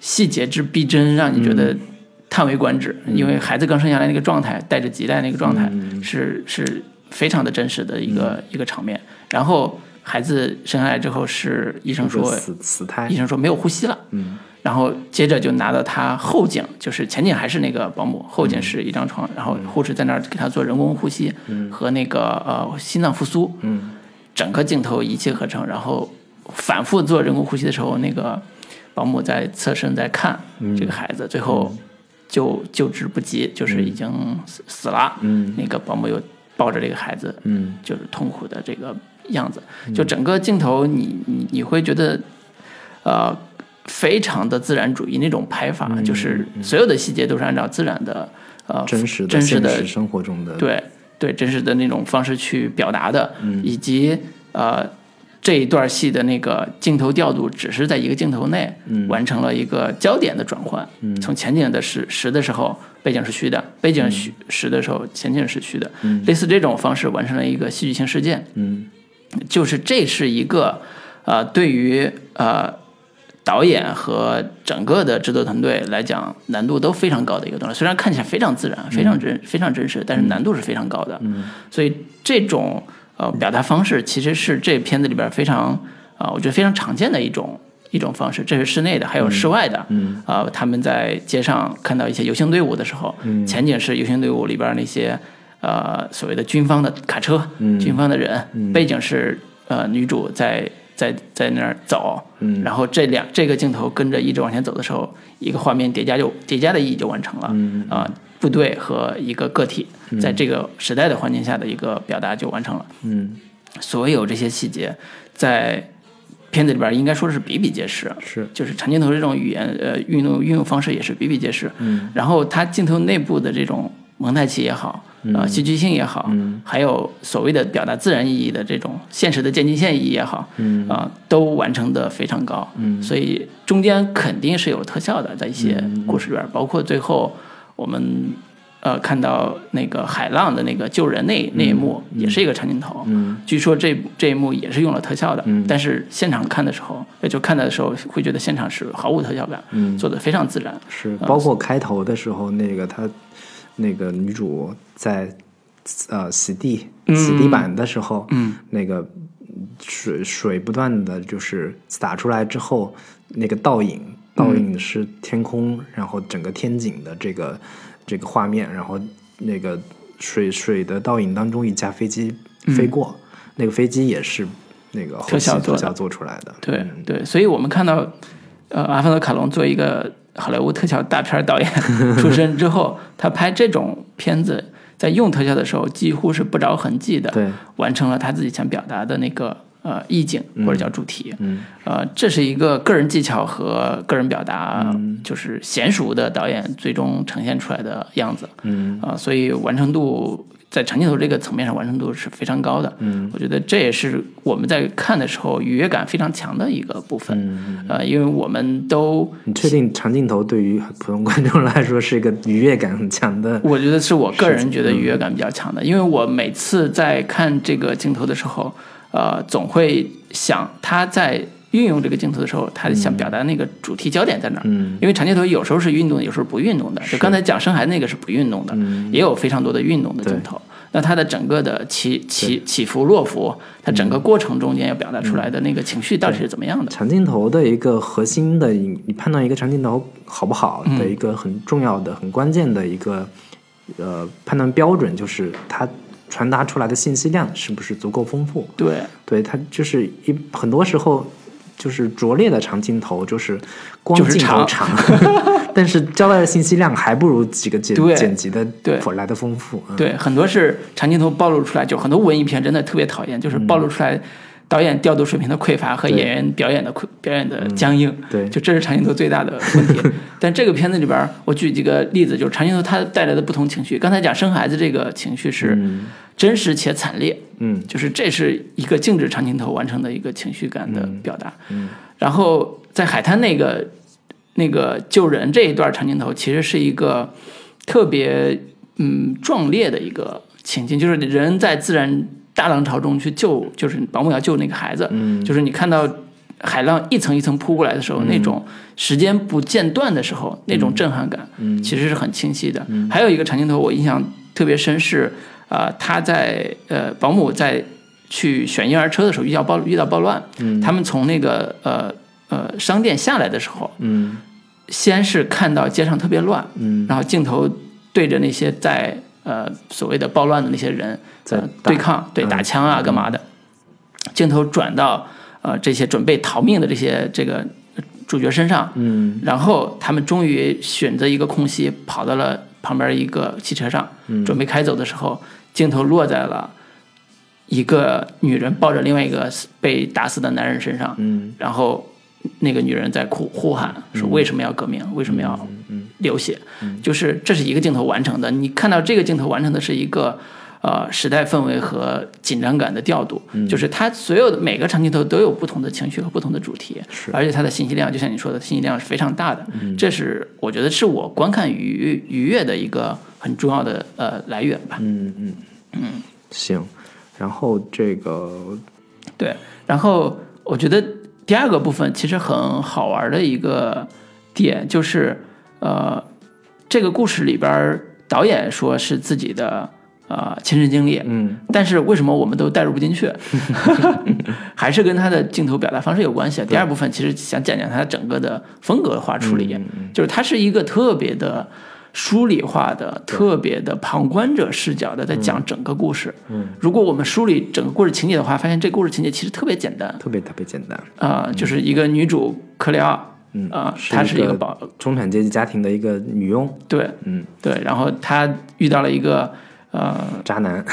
Speaker 1: 细节之逼真，让你觉得
Speaker 2: 嗯
Speaker 1: 叹为观止，因为孩子刚生下来那个状态，带着脐带那个状态
Speaker 2: 嗯
Speaker 1: 是、是非常的真实的一个、一个场面。然后孩子生下来之后，是医生
Speaker 2: 就
Speaker 1: 说
Speaker 2: 死死胎
Speaker 1: 医，生说没有呼吸了，
Speaker 2: 嗯，
Speaker 1: 然后接着就拿到他后颈，就是前颈还是那个保姆，后
Speaker 2: 嗯
Speaker 1: 颈是一张床，然后护士在那儿给他做人工呼吸和那个呃心脏复苏，
Speaker 2: 嗯，
Speaker 1: 整个镜头一气呵成，然后反复做人工呼吸的时候，那个保姆在侧身在看
Speaker 2: 嗯
Speaker 1: 这个孩子，最后救救治不及，就是已经死死了，
Speaker 2: 嗯
Speaker 1: 那个保姆又抱着这个孩子，
Speaker 2: 嗯
Speaker 1: 就是痛苦的这个样子。就整个镜头你，你你会觉得，呃，非常的自然主义那种拍法，
Speaker 2: 嗯
Speaker 1: 就是所有的细节都是按照自然的呃
Speaker 2: 真实的
Speaker 1: 真实的
Speaker 2: 现实生活中的
Speaker 1: 对对真实的那种方式去表达的，以及呃。这一段戏的那个镜头调度，只是在一个镜头内完成了一个焦点的转换。从前景的实实的时候，背景是虚的；背景虚实的时候，前景是虚的。类似这种方式完成了一个戏剧性事件。
Speaker 2: 嗯
Speaker 1: 就是这是一个呃，对于呃导演和整个的制作团队来讲，难度都非常高的一个东西。虽然看起来非常自然、非常真、非常真实，但是难度是非常高的。所以这种呃表达方式其实是这片子里边非常啊、呃我觉得非常常见的一种。一种方式，这是室内的，还有室外的。嗯，呃，他们在街上看到一些游行队伍的时候，嗯、前景是游行队伍里边那些呃所谓的军方的卡车，嗯、军方的人，背景是呃女主在在在那儿走，嗯、然后这两这个镜头跟着一直往前走的时候，一个画面叠加就叠加的意义就完成了，啊、嗯部队和一个个体在这个时代的环境下的一个表达就完成了，
Speaker 2: 嗯
Speaker 1: 所有这些细节在片子里边应该说是比比皆是，
Speaker 2: 是
Speaker 1: 就是长镜头这种语言呃运用运用方式也是比比皆是。嗯，然后它镜头内部的这种蒙太奇也好，呃戏剧性也好，还有所谓的表达自然意义的这种现实的渐进线意义也好，嗯啊、都完成的非常高。嗯，所以中间肯定是有特效的，在一些故事里边，包括最后我们。呃，看到那个海浪的那个救人那那一幕，也是一个长镜头。嗯，据说这这一幕也是用了特效的，嗯，但是现场看的时候，也就看的时候会觉得现场是毫无特效感，嗯，做的非常自然。
Speaker 2: 是，包括开头的时候，那个她那个女主在呃洗地
Speaker 1: 嗯
Speaker 2: 洗地板的时候，嗯，那个水水不断的就是洒出来之后，那个倒影倒影是天空，然后整个天井的这个这个画面，然后那个水水的倒影当中，一架飞机飞过，那个飞机也是那个后
Speaker 1: 嗯特
Speaker 2: 期
Speaker 1: 效做
Speaker 2: 特
Speaker 1: 的
Speaker 2: 效做出来的，
Speaker 1: 对对，所以我们看到，呃，阿凡达·卡隆作为一个好莱坞特效大片导演 出身之后，他拍这种片子，在用特效的时候几乎是不着痕迹的，
Speaker 2: 对，
Speaker 1: 完成了他自己想表达的那个呃意境或者叫主题。嗯，呃，这是一个个人技巧和个人表达，就是娴熟的导演最终呈现出来的样子。嗯，啊、所以完成度。在长镜头这个层面上，完成度是非常高的。嗯，我觉得这也是我们在看的时候愉悦感非常强的一个部分。嗯，呃，因为我们都，
Speaker 2: 你确定长镜头对于普通观众来说是一个愉悦感很强 的？
Speaker 1: 我觉得是我个人觉得愉悦感比较强的，因为我每次在看这个镜头的时候，呃，总会想他在运用这个镜头的时候，他想表达那个主题焦点在哪儿。
Speaker 2: 嗯
Speaker 1: 因为长镜头有时候是运动的，有时候不运动的。就刚才讲深海那个是不运动的，也有非常多的运动的镜头。那它的整个的起起起伏落伏，它整个过程中间要表达出来的那个情绪到底是怎么样的？
Speaker 2: 长镜头的一个核心的，你你判断一个长镜头好不好的
Speaker 1: 嗯
Speaker 2: 一个很重要的、很关键的一个呃判断标准，就是它传达出来的信息量是不是足够丰富。
Speaker 1: 对，
Speaker 2: 对，它就是一很多时候就是拙劣的长镜头，就是光
Speaker 1: 就是
Speaker 2: 镜头
Speaker 1: 长
Speaker 2: 长， 但是交代的信息量还不如几个剪
Speaker 1: 对
Speaker 2: 剪辑的
Speaker 1: 对
Speaker 2: 来的丰富。嗯，
Speaker 1: 对，很多是长镜头暴露出来，就很多文艺片真的特别讨厌，就是暴露出来导演调度水平的匮乏和
Speaker 2: 对
Speaker 1: 演员表演的匮表演的僵硬。
Speaker 2: 对
Speaker 1: 就这是长镜头最大的问题。嗯 但这个片子里边儿，我举几个例子，就是长镜头它带来的不同情绪。刚才讲生孩子这个情绪是嗯真实且惨烈，
Speaker 2: 嗯
Speaker 1: 就是这是一个静止长镜头完成的一个情绪感的表达。然后在海滩那个那个救人这一段长镜头，其实是一个特别嗯壮烈的一个情境，就是人在自然大浪潮中去救，就是保姆要救那个孩子，就是你看到。海浪一层一层扑过来的时候，那种时间不间断的时候，那种震撼感，其实是很清晰的。还有一个长镜头，我印象特别深是，啊，他在呃保姆在去选婴儿车的时候遇到暴遇到暴乱，
Speaker 2: 嗯
Speaker 1: 他们从那个呃呃商店下来的时候，
Speaker 2: 嗯
Speaker 1: 先是看到街上特别乱，
Speaker 2: 嗯，
Speaker 1: 然后镜头对着那些在呃所谓的暴乱的那些人
Speaker 2: 在
Speaker 1: 呃、
Speaker 2: 打嗯
Speaker 1: 对抗，对打枪啊干嘛的，镜头转到呃这些准备逃命的这些这个主角身上，
Speaker 2: 嗯
Speaker 1: 然后他们终于选择一个空隙，跑到了旁边一个汽车上，
Speaker 2: 嗯
Speaker 1: 准备开走的时候，镜头落在了一个女人抱着另外一个死被打死的男人身上，
Speaker 2: 嗯
Speaker 1: 然后那个女人在哭呼喊说：“为什么要革命？为什么
Speaker 2: 嗯
Speaker 1: 要流血？”就是这是一个镜头完成的。你看到这个镜头完成的是一个。呃，时代氛围和紧张感的调度，
Speaker 2: 嗯
Speaker 1: 就是它所有的每个长镜头都有不同的情绪和不同的主题，
Speaker 2: 是嗯
Speaker 1: 而且它的信息量，就像你说的，信息量是非常大的。这是我觉得是我观看愉愉悦的一个很重要的呃来源吧。
Speaker 2: 嗯嗯行。然后这个
Speaker 1: 对，然后我觉得第二个部分其实很好玩的一个点就是，呃，这个故事里边儿导演说是自己的呃亲身经历，
Speaker 2: 嗯
Speaker 1: 但是为什么我们都代入不进去？ 还是跟他的镜头表达方式有关系啊。第二部分其实想讲讲他整个的风格化处理，就是他是一个特别的梳理化的、特别的旁观者视角的在讲整个故事。
Speaker 2: 嗯
Speaker 1: 如果我们梳理整个故事情节的话，发现这故事情节其实特别简单，
Speaker 2: 特别特别简单，
Speaker 1: 呃，就是一个女主克里奥，
Speaker 2: 嗯
Speaker 1: 啊、她是一个保
Speaker 2: 中产阶级家庭的一个女佣，
Speaker 1: 对
Speaker 2: 嗯，
Speaker 1: 对，然后她遇到了一个呃，
Speaker 2: 渣 男，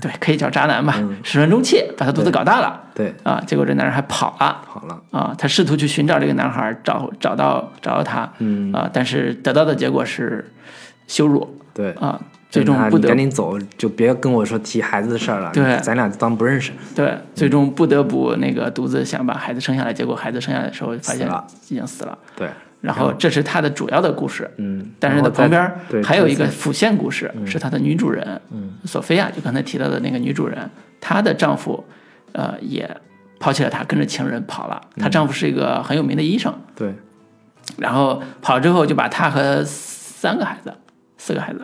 Speaker 1: 对，可以叫渣男吧，始乱终弃，把她肚子搞大了
Speaker 2: 嗯对，
Speaker 1: 啊、结果这男人还跑了。
Speaker 2: 好了，
Speaker 1: 啊，他试图去寻找这个男孩，找找到找到他，
Speaker 2: 嗯
Speaker 1: 啊，但是得到的结果是羞辱
Speaker 2: 对，
Speaker 1: 啊，最终
Speaker 2: 那
Speaker 1: 不
Speaker 2: 你
Speaker 1: 得
Speaker 2: 赶紧走，就别跟我说提孩子的事儿了，
Speaker 1: 对
Speaker 2: 咱俩当不认识，
Speaker 1: 对，最终不得不那个独自想把孩子生下来，结果孩子生下来的时候发现
Speaker 2: 死了
Speaker 1: 已经死了，
Speaker 2: 对，
Speaker 1: 然后这是他的主要的故事，
Speaker 2: 嗯，
Speaker 1: 但是
Speaker 2: 然
Speaker 1: 呢，
Speaker 2: 后再
Speaker 1: 旁边
Speaker 2: 对
Speaker 1: 还有一个
Speaker 2: 再嗯
Speaker 1: 辅线故事，是她的女主人，嗯，索菲亚，就刚才提到的那个女主人，她的丈夫，呃，也抛弃了她，跟着情人跑了。
Speaker 2: 嗯
Speaker 1: 她丈夫是一个很有名的医生，
Speaker 2: 对，
Speaker 1: 然后跑了之后就把她和三个孩子、四个孩子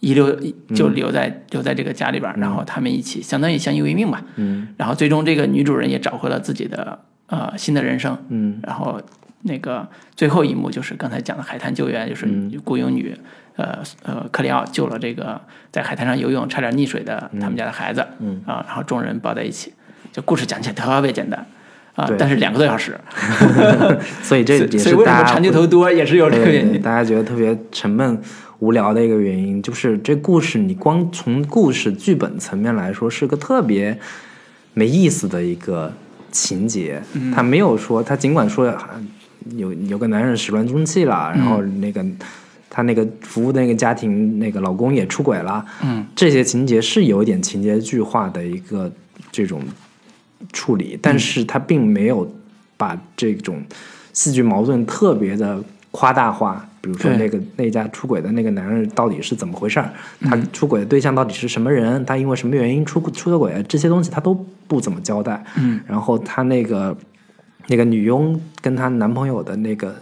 Speaker 1: 遗留，
Speaker 2: 嗯
Speaker 1: 就留在、留在这个家里边儿，然后他们一起相当于相依为命吧。
Speaker 2: 嗯
Speaker 1: 然后最终这个女主人也找回了自己的呃新的人生，
Speaker 2: 嗯，
Speaker 1: 然后那个最后一幕就是刚才讲的海滩救援，就是
Speaker 2: 嗯
Speaker 1: 雇佣女，呃呃，克里奥救了这个在海滩上游泳差点溺水的他们家的孩子，嗯啊，然后众人抱在一起，就故事讲起来特别简单啊
Speaker 2: 对，
Speaker 1: 但是两个多小时，
Speaker 2: 所以这
Speaker 1: 所
Speaker 2: 也
Speaker 1: 以
Speaker 2: 是
Speaker 1: 为什
Speaker 2: 大
Speaker 1: 么
Speaker 2: 家
Speaker 1: 长镜头多也是有这
Speaker 2: 对
Speaker 1: 个原
Speaker 2: 对
Speaker 1: 因，
Speaker 2: 大家觉得特别沉闷无聊的一个原因，就是这故事你光从故事剧本层面来说，是个特别没意思的一个情节。
Speaker 1: 嗯
Speaker 2: 他没有说，他尽管说啊有有个男人始乱终弃了，然后
Speaker 1: 嗯
Speaker 2: 那个。他那个服务的那个家庭，那个老公也出轨了，
Speaker 1: 嗯，
Speaker 2: 这些情节是有一点情节剧化的一个这种处理，但是他并没有把这种戏剧矛盾特别的夸大化，比如说那个那一家出轨的那个男人到底是怎么回事儿，他出轨的对象到底是什么人，他因为什么原因出出的轨，这些东西他都不怎么交代。嗯，然后他那个那个女佣跟她男朋友的那个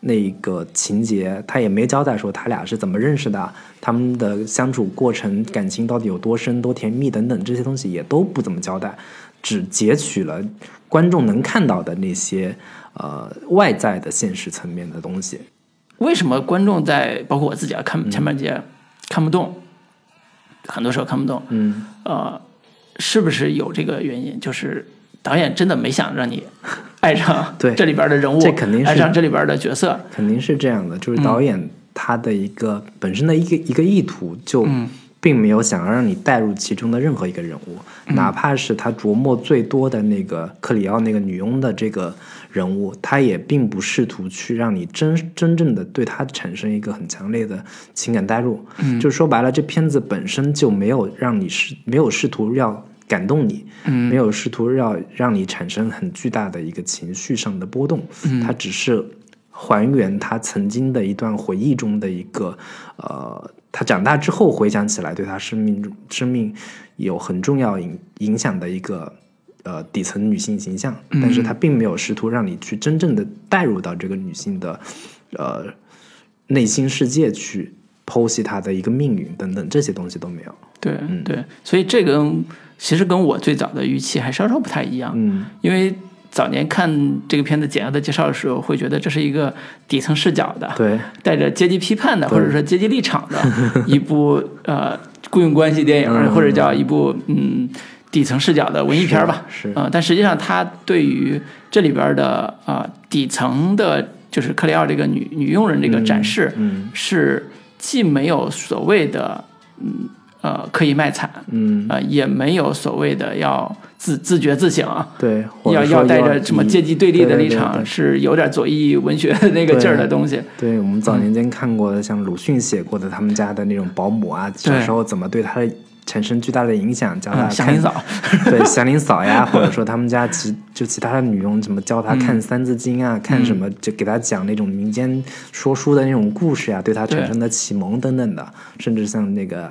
Speaker 2: 那个情节，他也没交代说他俩是怎么认识的，他们的相处过程、感情到底有多深、多甜蜜等等这些东西也都不怎么交代，只截取了观众能看到的那些呃外在的现实层面的东西。
Speaker 1: 为什么观众在包括我自己啊，看前半截、看不懂，很多时候看不懂，
Speaker 2: 嗯，
Speaker 1: 呃，是不是有这个原因？就是导演真的没想让你爱上
Speaker 2: 对
Speaker 1: 这里边的人物，
Speaker 2: 这肯定是
Speaker 1: 爱上这里边的角色，
Speaker 2: 肯定是这样的，就是导演他的一个、本身的一个一个意图，就并没有想要让你带入其中的任何一个人物，哪怕是他琢磨最多的那个克里奥那个女佣的这个人物，他也并不试图去让你真真正的对他产生一个很强烈的情感代入。就是说白了，这片子本身就没有让你试，没有试图要。感动你，没有试图要让你产生很巨大的一个情绪上的波动，它只是还原他曾经的一段回忆中的一个，呃，他长大之后回想起来，对他生命中生命有很重要影影响的一个呃底层女性形象，但是他并没有试图让你去真正的带入到这个女性的呃内心世界去剖析她的一个命运等等这些东西都没有。
Speaker 1: 对对，所以这个其实跟我最早的预期还稍稍不太一样，
Speaker 2: 嗯
Speaker 1: 因为早年看这个片子简要的介绍的时候，会觉得这是一个底层视角的，
Speaker 2: 对，
Speaker 1: 带着阶级批判的，
Speaker 2: 对
Speaker 1: 或者说阶级立场的 一部呃雇佣关系电影，或者叫一部嗯底层视角的文艺片吧。
Speaker 2: 是是
Speaker 1: 啊、但实际上他对于这里边的啊、呃底层的，就是克里奥这个女女佣人这个展示，
Speaker 2: 嗯
Speaker 1: 是既没有所谓的嗯呃刻意卖惨，
Speaker 2: 嗯，
Speaker 1: 呃也没有所谓的要自自觉自省啊，
Speaker 2: 对，或者
Speaker 1: 要
Speaker 2: 说
Speaker 1: 要带着什么
Speaker 2: 以
Speaker 1: 阶级对立的立场，
Speaker 2: 对对对对
Speaker 1: 是有点左翼文学的那个劲儿的东西。
Speaker 2: 对我们早
Speaker 1: 嗯
Speaker 2: 年间看过的，像鲁迅写过的他们家的那种保姆啊，小时候怎么对他的产生巨大的影响，教他
Speaker 1: 嗯，祥林
Speaker 2: 看
Speaker 1: 嫂，
Speaker 2: 对祥林嫂呀，或者说他们家其就其他的女佣怎么教他看《三字经》啊，看什么就给他讲那种民间说书的那种故事呀、对他产生的启蒙等等的，甚至像那个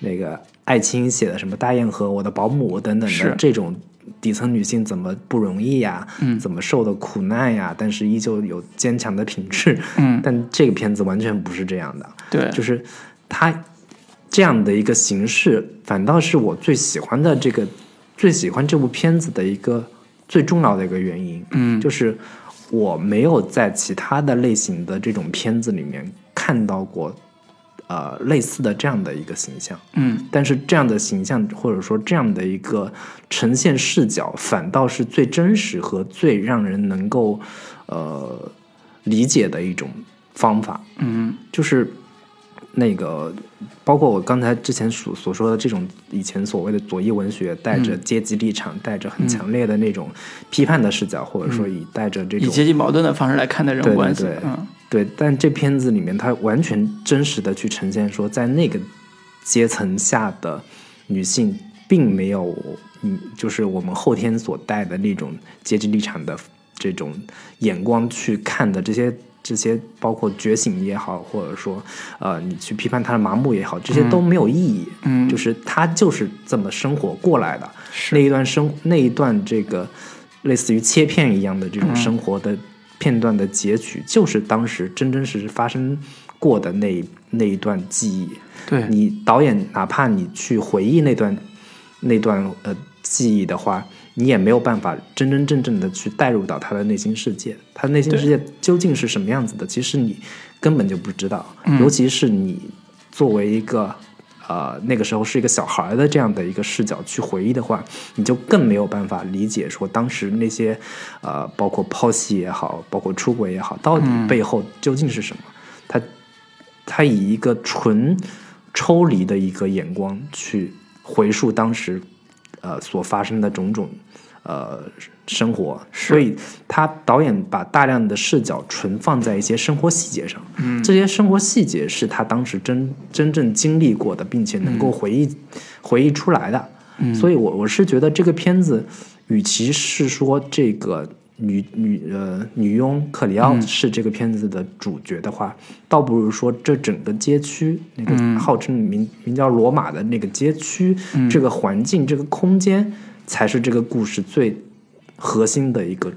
Speaker 2: 那个艾青写的什么《大雁河》《我的保姆》等等
Speaker 1: 是
Speaker 2: 的这种。底层女性怎么不容易呀？嗯，怎么受的苦难呀？但是依旧有坚强的品质。
Speaker 1: 嗯，
Speaker 2: 但这个片子完全不是这样的。
Speaker 1: 对，
Speaker 2: 就是它这样的一个形式，反倒是我最喜欢的这个最喜欢这部片子的一个最重要的一个原因。嗯，就是我没有在其他的类型的这种片子里面看到过呃类似的这样的一个形象。
Speaker 1: 嗯，
Speaker 2: 但是这样的形象或者说这样的一个呈现视角，反倒是最真实和最让人能够呃理解的一种方法。
Speaker 1: 嗯
Speaker 2: 就是那个，包括我刚才之前所所说的这种以前所谓的左翼文学，带
Speaker 1: 嗯
Speaker 2: 着阶级立场，带着很强烈的那种批判的视角，或者说以带着这
Speaker 1: 嗯以
Speaker 2: 种
Speaker 1: 阶级矛盾的方式来看待人
Speaker 2: 对
Speaker 1: 物
Speaker 2: 对
Speaker 1: 关系，
Speaker 2: 对
Speaker 1: 嗯，
Speaker 2: 对，但这片子里面它完全真实的去呈现说，在那个阶层下的女性并没有，嗯，就是我们后天所带的那种阶级立场的这种眼光去看的这些。这些包括觉醒也好，或者说，呃，你去批判她的麻木也好，这些都没有意义。
Speaker 1: 嗯
Speaker 2: 就是她就是这么生活过来的。
Speaker 1: 是
Speaker 2: 那一段生那一段这个类似于切片一样的这种生活的片段的截取，就是当时真真实实发生过的那一那一段记忆。
Speaker 1: 对，
Speaker 2: 你导演哪怕你去回忆那段那段呃记忆的话，你也没有办法真真正正的去带入到他的内心世界，他内心世界究竟是什么样子的，其实你根本就不知道，尤其是你作为一个。呃，那个时候是一个小孩儿的这样的一个视角去回忆的话，你就更没有办法理解说当时那些，呃，包括抛弃也好，包括出轨也好，到底背后究竟是什么？他他以一个纯抽离的一个眼光去回溯当时呃所发生的种种呃生活，所以他导演把大量的视角存放在一些生活细节上，嗯，这些生活细节是他当时真真正经历过的，并且能够回忆、回忆出来的，嗯，所以我我是觉得这个片子，与其是说这个女女呃女佣克里奥是这个片子的主角的话，倒不如说这整个街区那个号称名名叫罗马的那个街区，这个环境这个空间才是这个故事最核心的一个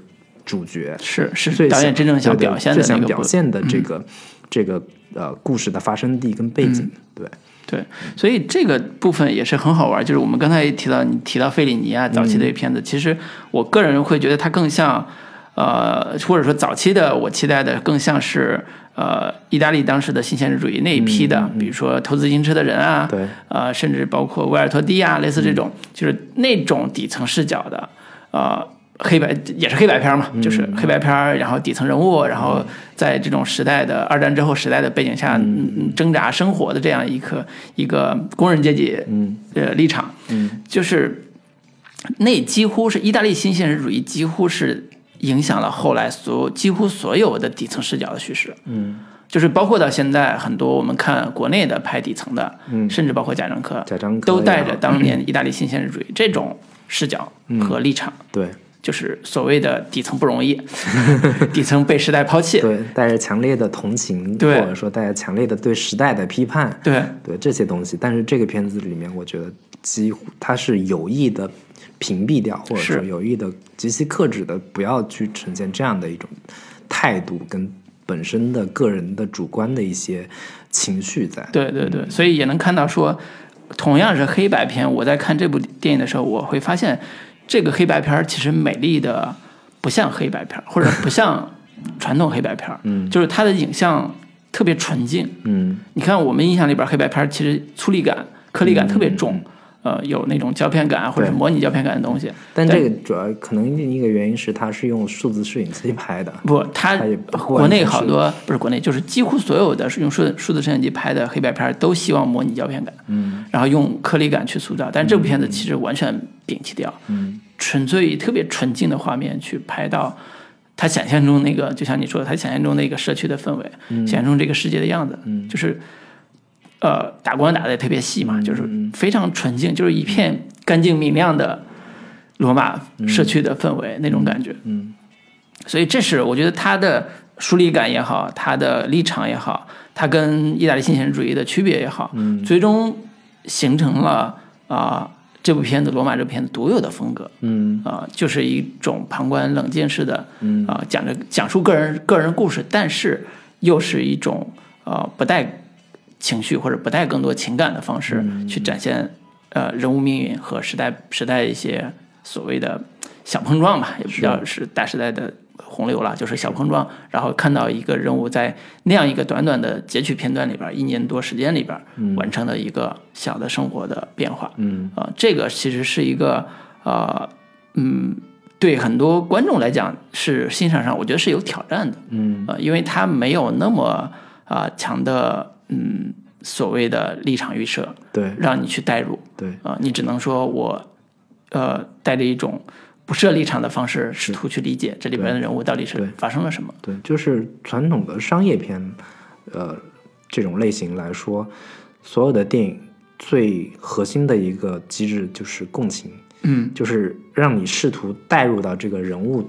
Speaker 2: 主角，
Speaker 1: 是是
Speaker 2: 最
Speaker 1: 导演真正
Speaker 2: 想
Speaker 1: 想
Speaker 2: 对对
Speaker 1: 表现
Speaker 2: 最
Speaker 1: 的那
Speaker 2: 想
Speaker 1: 个
Speaker 2: 表
Speaker 1: 部嗯
Speaker 2: 现的这个这个呃故事的发生地跟背
Speaker 1: 嗯
Speaker 2: 景，对。
Speaker 1: 对，所以这个部分也是很好玩。就是我们刚才也提到，你提到费里尼啊，早期
Speaker 2: 嗯
Speaker 1: 的片子，其实我个人会觉得它更像，呃，或者说早期的我期待的更像是呃，意大利当时的新现实主义那一批的，比如说《投资自行车的人》啊，
Speaker 2: 嗯对
Speaker 1: 呃，甚至包括维尔托蒂啊，类似这种，就是那种底层视角的，呃。黑白也是黑白片儿嘛，就是黑白片儿，然后底层人物，然后在这种时代的二战之后时代的背景下，嗯嗯挣扎生活的这样一个一个工人阶级，嗯，呃立场，嗯，就是那几乎是意大利新现实主义，几乎是影响了后来所有几乎所有的底层视角的叙事，嗯，就是包括到现在很多我们看国内的拍底层的，嗯，甚至包括贾樟柯，
Speaker 2: 贾樟柯
Speaker 1: 都带
Speaker 2: 呀
Speaker 1: 着当年意大利新现实主义这种视角和立场。
Speaker 2: 对
Speaker 1: 就是所谓的底层不容易， 底层被时代抛弃。
Speaker 2: 对，带着强烈的同情，
Speaker 1: 对
Speaker 2: 或者说带着强烈的对时代的批判，
Speaker 1: 对
Speaker 2: 对这些东西。但是这个片子里面，我觉得几乎它是有意的屏蔽掉，或者说
Speaker 1: 是
Speaker 2: 有意的极其克制的，不要去呈现这样的一种态度跟本身的个人的主观的一些情绪在。
Speaker 1: 对对对，所以也能看到说，同样是黑白片，我在看这部电影的时候，我会发现这个黑白片儿其实美丽的不像黑白片儿，或者不像传统黑白片儿，嗯，就是它的影像特别纯净。
Speaker 2: 嗯，
Speaker 1: 你看我们印象里边儿黑白片儿其实粗粝感、颗粒感特别重。呃，有那种胶片感或者是
Speaker 2: 对
Speaker 1: 模拟胶片感的东西，
Speaker 2: 但这个主要可能另一个原因是，它是用数字摄影机拍的。
Speaker 1: 不，它
Speaker 2: 它也不
Speaker 1: 国
Speaker 2: 完
Speaker 1: 内
Speaker 2: 全
Speaker 1: 好
Speaker 2: 是
Speaker 1: 多不是国内，就是几乎所有的是用数数字摄像机拍的黑白片儿都希望模拟胶片感，嗯，然后用颗粒感去塑造，但这部片
Speaker 2: 嗯
Speaker 1: 子其实完全摒弃掉，嗯，纯粹以特别纯净的画面去拍到他想象中那个，就像你说的，他想象中那个社区的氛围，
Speaker 2: 嗯
Speaker 1: 想象中这个世界的样子，嗯，就是呃打光打的也特别细
Speaker 2: 嗯
Speaker 1: 嘛，就是非常纯净，就是一片干净明亮的罗马
Speaker 2: 嗯
Speaker 1: 社区的氛围、那种感觉，所以这是我觉得他的疏离感也好，他的立场也好，他跟意大利新现实主义的区别也好，嗯，最终形成了啊、这部片子《罗马》这部片子独有的风格，
Speaker 2: 嗯，
Speaker 1: 啊、就是一种旁观冷静式的，嗯啊、讲着讲述个人个人故事，但是又是一种呃不带情绪或者不带更多情感的方式去展现、呃人物命运和时代时代一些所谓的小碰撞吧，也不叫是大时代的洪流了，就是小碰撞。然后看到一个人物在那样一个短短的截取片段里边，一年多时间里边完成了一个小的生活的变化。嗯，啊、这个其实是一个呃嗯。对很多观众来讲是欣赏上，我觉得是有挑战的。嗯，呃，因为他没有那么啊、强的嗯所谓的立场预设，
Speaker 2: 对
Speaker 1: 让你去代入
Speaker 2: 对，
Speaker 1: 啊、你只能说我呃带着一种不设立场的方式，试图去理解这里边的人物到底是
Speaker 2: 对
Speaker 1: 发生了什么。
Speaker 2: 对，就是传统的商业片，呃，这种类型来说，所有的电影最核心的一个机制就是共情，
Speaker 1: 嗯，
Speaker 2: 就是让你试图带入到这个人物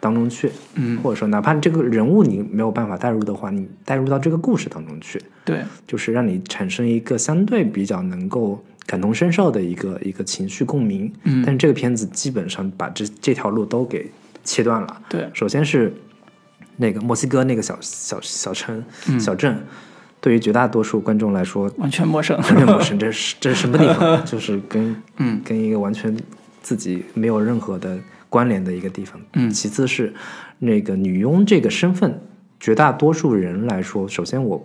Speaker 2: 当中去，嗯，或者说哪怕这个人物你没有办法带入的话，你带入到这个故事当中去，
Speaker 1: 对，
Speaker 2: 就是让你产生一个相对比较能够感同身受的一个一个情绪共鸣。嗯，但是这个片子基本上把这这条路都给切断了。
Speaker 1: 对
Speaker 2: 首先是那个墨西哥那个小小小城、小镇，对于绝大多数观众来说，
Speaker 1: 完全陌生。
Speaker 2: 完全陌生，这是这是什么地 方？就是跟嗯跟一个完全自己没有任何的关联的一个地方。嗯，其次是那个女佣这个身份，绝大多数人来说，首先我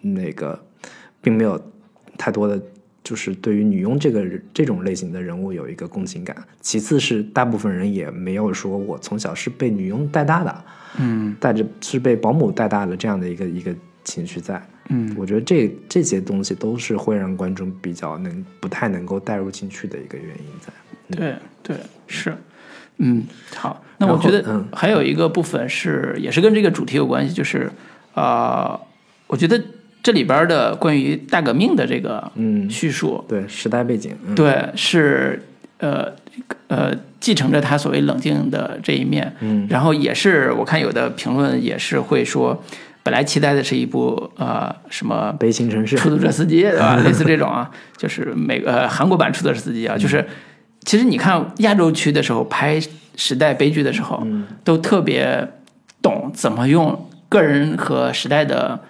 Speaker 2: 那个并没有太多的。就是对于女佣这个人这种类型的人物有一个共情感，其次是大部分人也没有说我从小是被女佣带大的，带着是被保姆带大的这样的一个一个情绪在。嗯，我觉得这这些东西都是会让观众比较能不太能够带入进去的一个原因在。
Speaker 1: 对对是，嗯，好，那我
Speaker 2: 然后
Speaker 1: 觉得
Speaker 2: 嗯
Speaker 1: 还有一个部分是，也是跟这个主题有关系，就是啊、呃我觉得这里边的关于大革命的这个
Speaker 2: 嗯
Speaker 1: 叙述，
Speaker 2: 对时代背景，嗯，
Speaker 1: 对，是呃，呃继承着他所谓冷静的这一面，嗯，然后也是我看有的评论也是会说，本来期待的是一部呃什么
Speaker 2: 悲情城市
Speaker 1: 出租车司机对 吧？类似这种啊，就是美呃韩国版出租车司机啊，就是其实你看亚洲区的时候拍时代悲剧的时候，都特别懂怎么用个人和时代的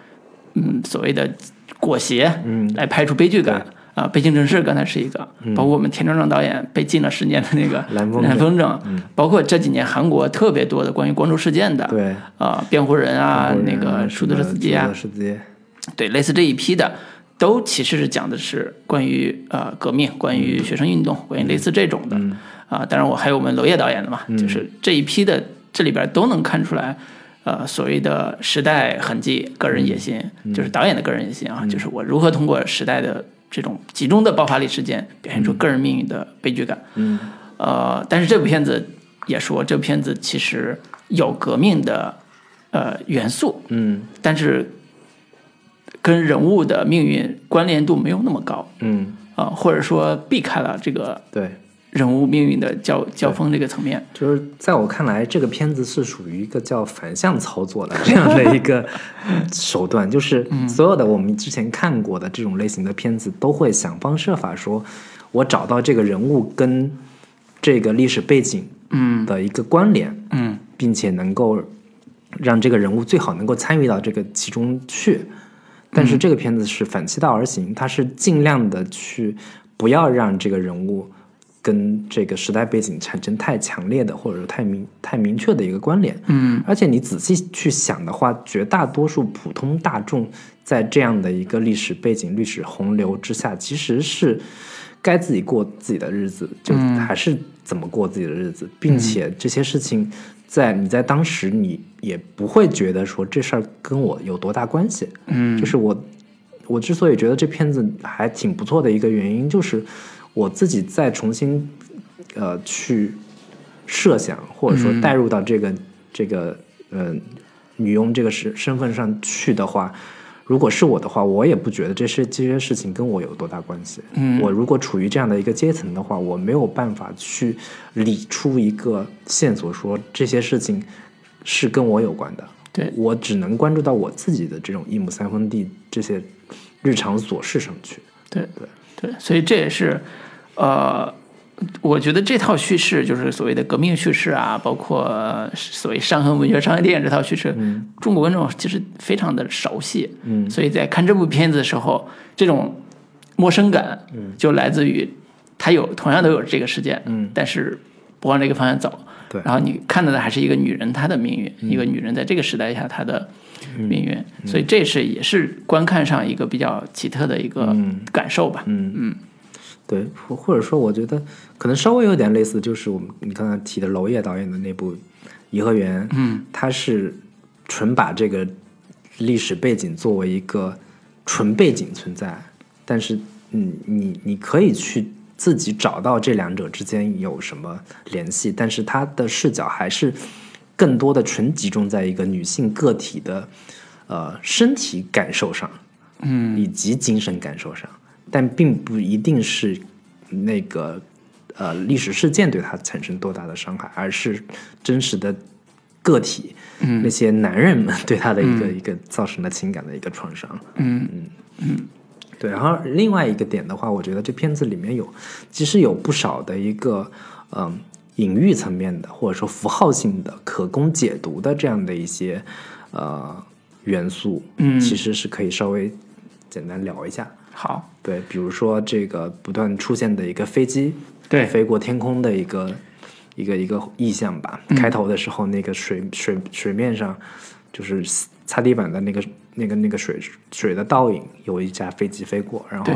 Speaker 1: 嗯所谓的裹挟，
Speaker 2: 嗯
Speaker 1: 来拍出悲剧感。啊，北京城市刚才是一个，包括我们田中正导演被禁了十年的那个
Speaker 2: 蓝风
Speaker 1: 嗯
Speaker 2: 筝
Speaker 1: 蓝风筝，嗯包括这几年韩国特别多的关于光州事件的，
Speaker 2: 对
Speaker 1: 啊，辩护人啊， 那个出租车司机啊
Speaker 2: 出，租车司机
Speaker 1: 对，类似这一批的，都其实是讲的是关于呃革命、关于学生运动、关于类似这种的啊、当然，我还有我们娄烨导演的嘛，就是这一批的，这里边都能看出来。呃，所谓的时代痕迹、个人野心，就是导演的个人野心啊，就是我如何通过时代的这种集中的爆发力事件，表现出个人命运的悲剧感。嗯，呃，但是这部片子也说，这部片子其实有革命的呃元素，
Speaker 2: 嗯
Speaker 1: 但是跟人物的命运关联度没有那么高
Speaker 2: 嗯，
Speaker 1: 啊、或者说避开了这个
Speaker 2: 对，
Speaker 1: 人物命运的交交锋这个层面。
Speaker 2: 就是在我看来，这个片子是属于一个叫反向操作的这样的一个手 段，就是
Speaker 1: 嗯
Speaker 2: 所有的我们之前看过的这种类型的片子，都会想方设法说，我找到这个人物跟这个历史背景
Speaker 1: 嗯
Speaker 2: 的一个关联，
Speaker 1: 嗯
Speaker 2: 并且能够让这个人物最好能够参与到这个其中去。但是这个片子是反其道而行，它是尽量的去不要让这个人物跟这个时代背景产生太强烈的或者说太明太明确的一个关联。
Speaker 1: 嗯
Speaker 2: 而且你仔细去想的话，绝大多数普通大众在这样的一个历史背景、历史洪流之下，其实是该自己过自己的日子，就还是怎么过自己的日子，并且这些事情在你在当时你也不会觉得说这事儿跟我有多大关系。
Speaker 1: 嗯
Speaker 2: 就是我，我之所以觉得这片子还挺不错的一个原因，就是我自己再重新呃去设想，或者
Speaker 1: 嗯
Speaker 2: 说带入到这个、这个呃女佣这个身身份上去的话。如果是我的话，我也不觉得这些这些事情跟我有多大关系。
Speaker 1: 嗯
Speaker 2: 我如果处于这样的一个阶层的话，我没有办法去理出一个线索，说这些事情是跟我有关的。
Speaker 1: 对
Speaker 2: 我只能关注到我自己的这种一亩三分地这些日常琐事上去。
Speaker 1: 对对，所以这也是呃。我觉得这套叙事就是所谓的革命叙事啊，包括呃所谓伤痕文学、商业电影这套叙事，中国观众其实非常的熟悉，
Speaker 2: 嗯
Speaker 1: 所以在看这部片子的时候，这种陌生感，就来自于它有同样都有这个事件，
Speaker 2: 嗯
Speaker 1: 但是不往这个方向走，
Speaker 2: 对嗯
Speaker 1: 然后你看到的还是一个女人她的命运，一个女人在这个时代下她的命运，所以这是也是观看上一个比较奇特的一个感受吧，
Speaker 2: 嗯嗯，对，或或者说，我觉得可能稍微有点类似，就是我们你刚才提的娄烨导演的那部《颐和园》，
Speaker 1: 嗯，
Speaker 2: 他是纯把这个历史背景作为一个纯背景存在，但是嗯，你你可以去。自己找到这两者之间有什么联系，但是他的视角还是更多的纯集中在一个女性个体的呃身体感受上，嗯，以及精神感受上，但并不一定是那个呃历史事件对他产生多大的伤害，而是真实的个体，嗯，那些男人们对他的一个、一个造成的情感的一个创伤，
Speaker 1: 嗯
Speaker 2: 对，然后另外一个点的话，我觉得这片子里面有其实有不少的一个嗯、隐喻层面的，或者说符号性的、可供解读的这样的一些呃元素，
Speaker 1: 嗯
Speaker 2: 其实是可以稍微简单聊一下。
Speaker 1: 好，
Speaker 2: 对，比如说这个不断出现的一个飞机，
Speaker 1: 对
Speaker 2: 飞过天空的一个一个一个意象吧。
Speaker 1: 嗯
Speaker 2: 开头的时候，那个水水水面上就是擦地板的那个那个那个水水的倒影，有一架飞机飞过。然后
Speaker 1: 对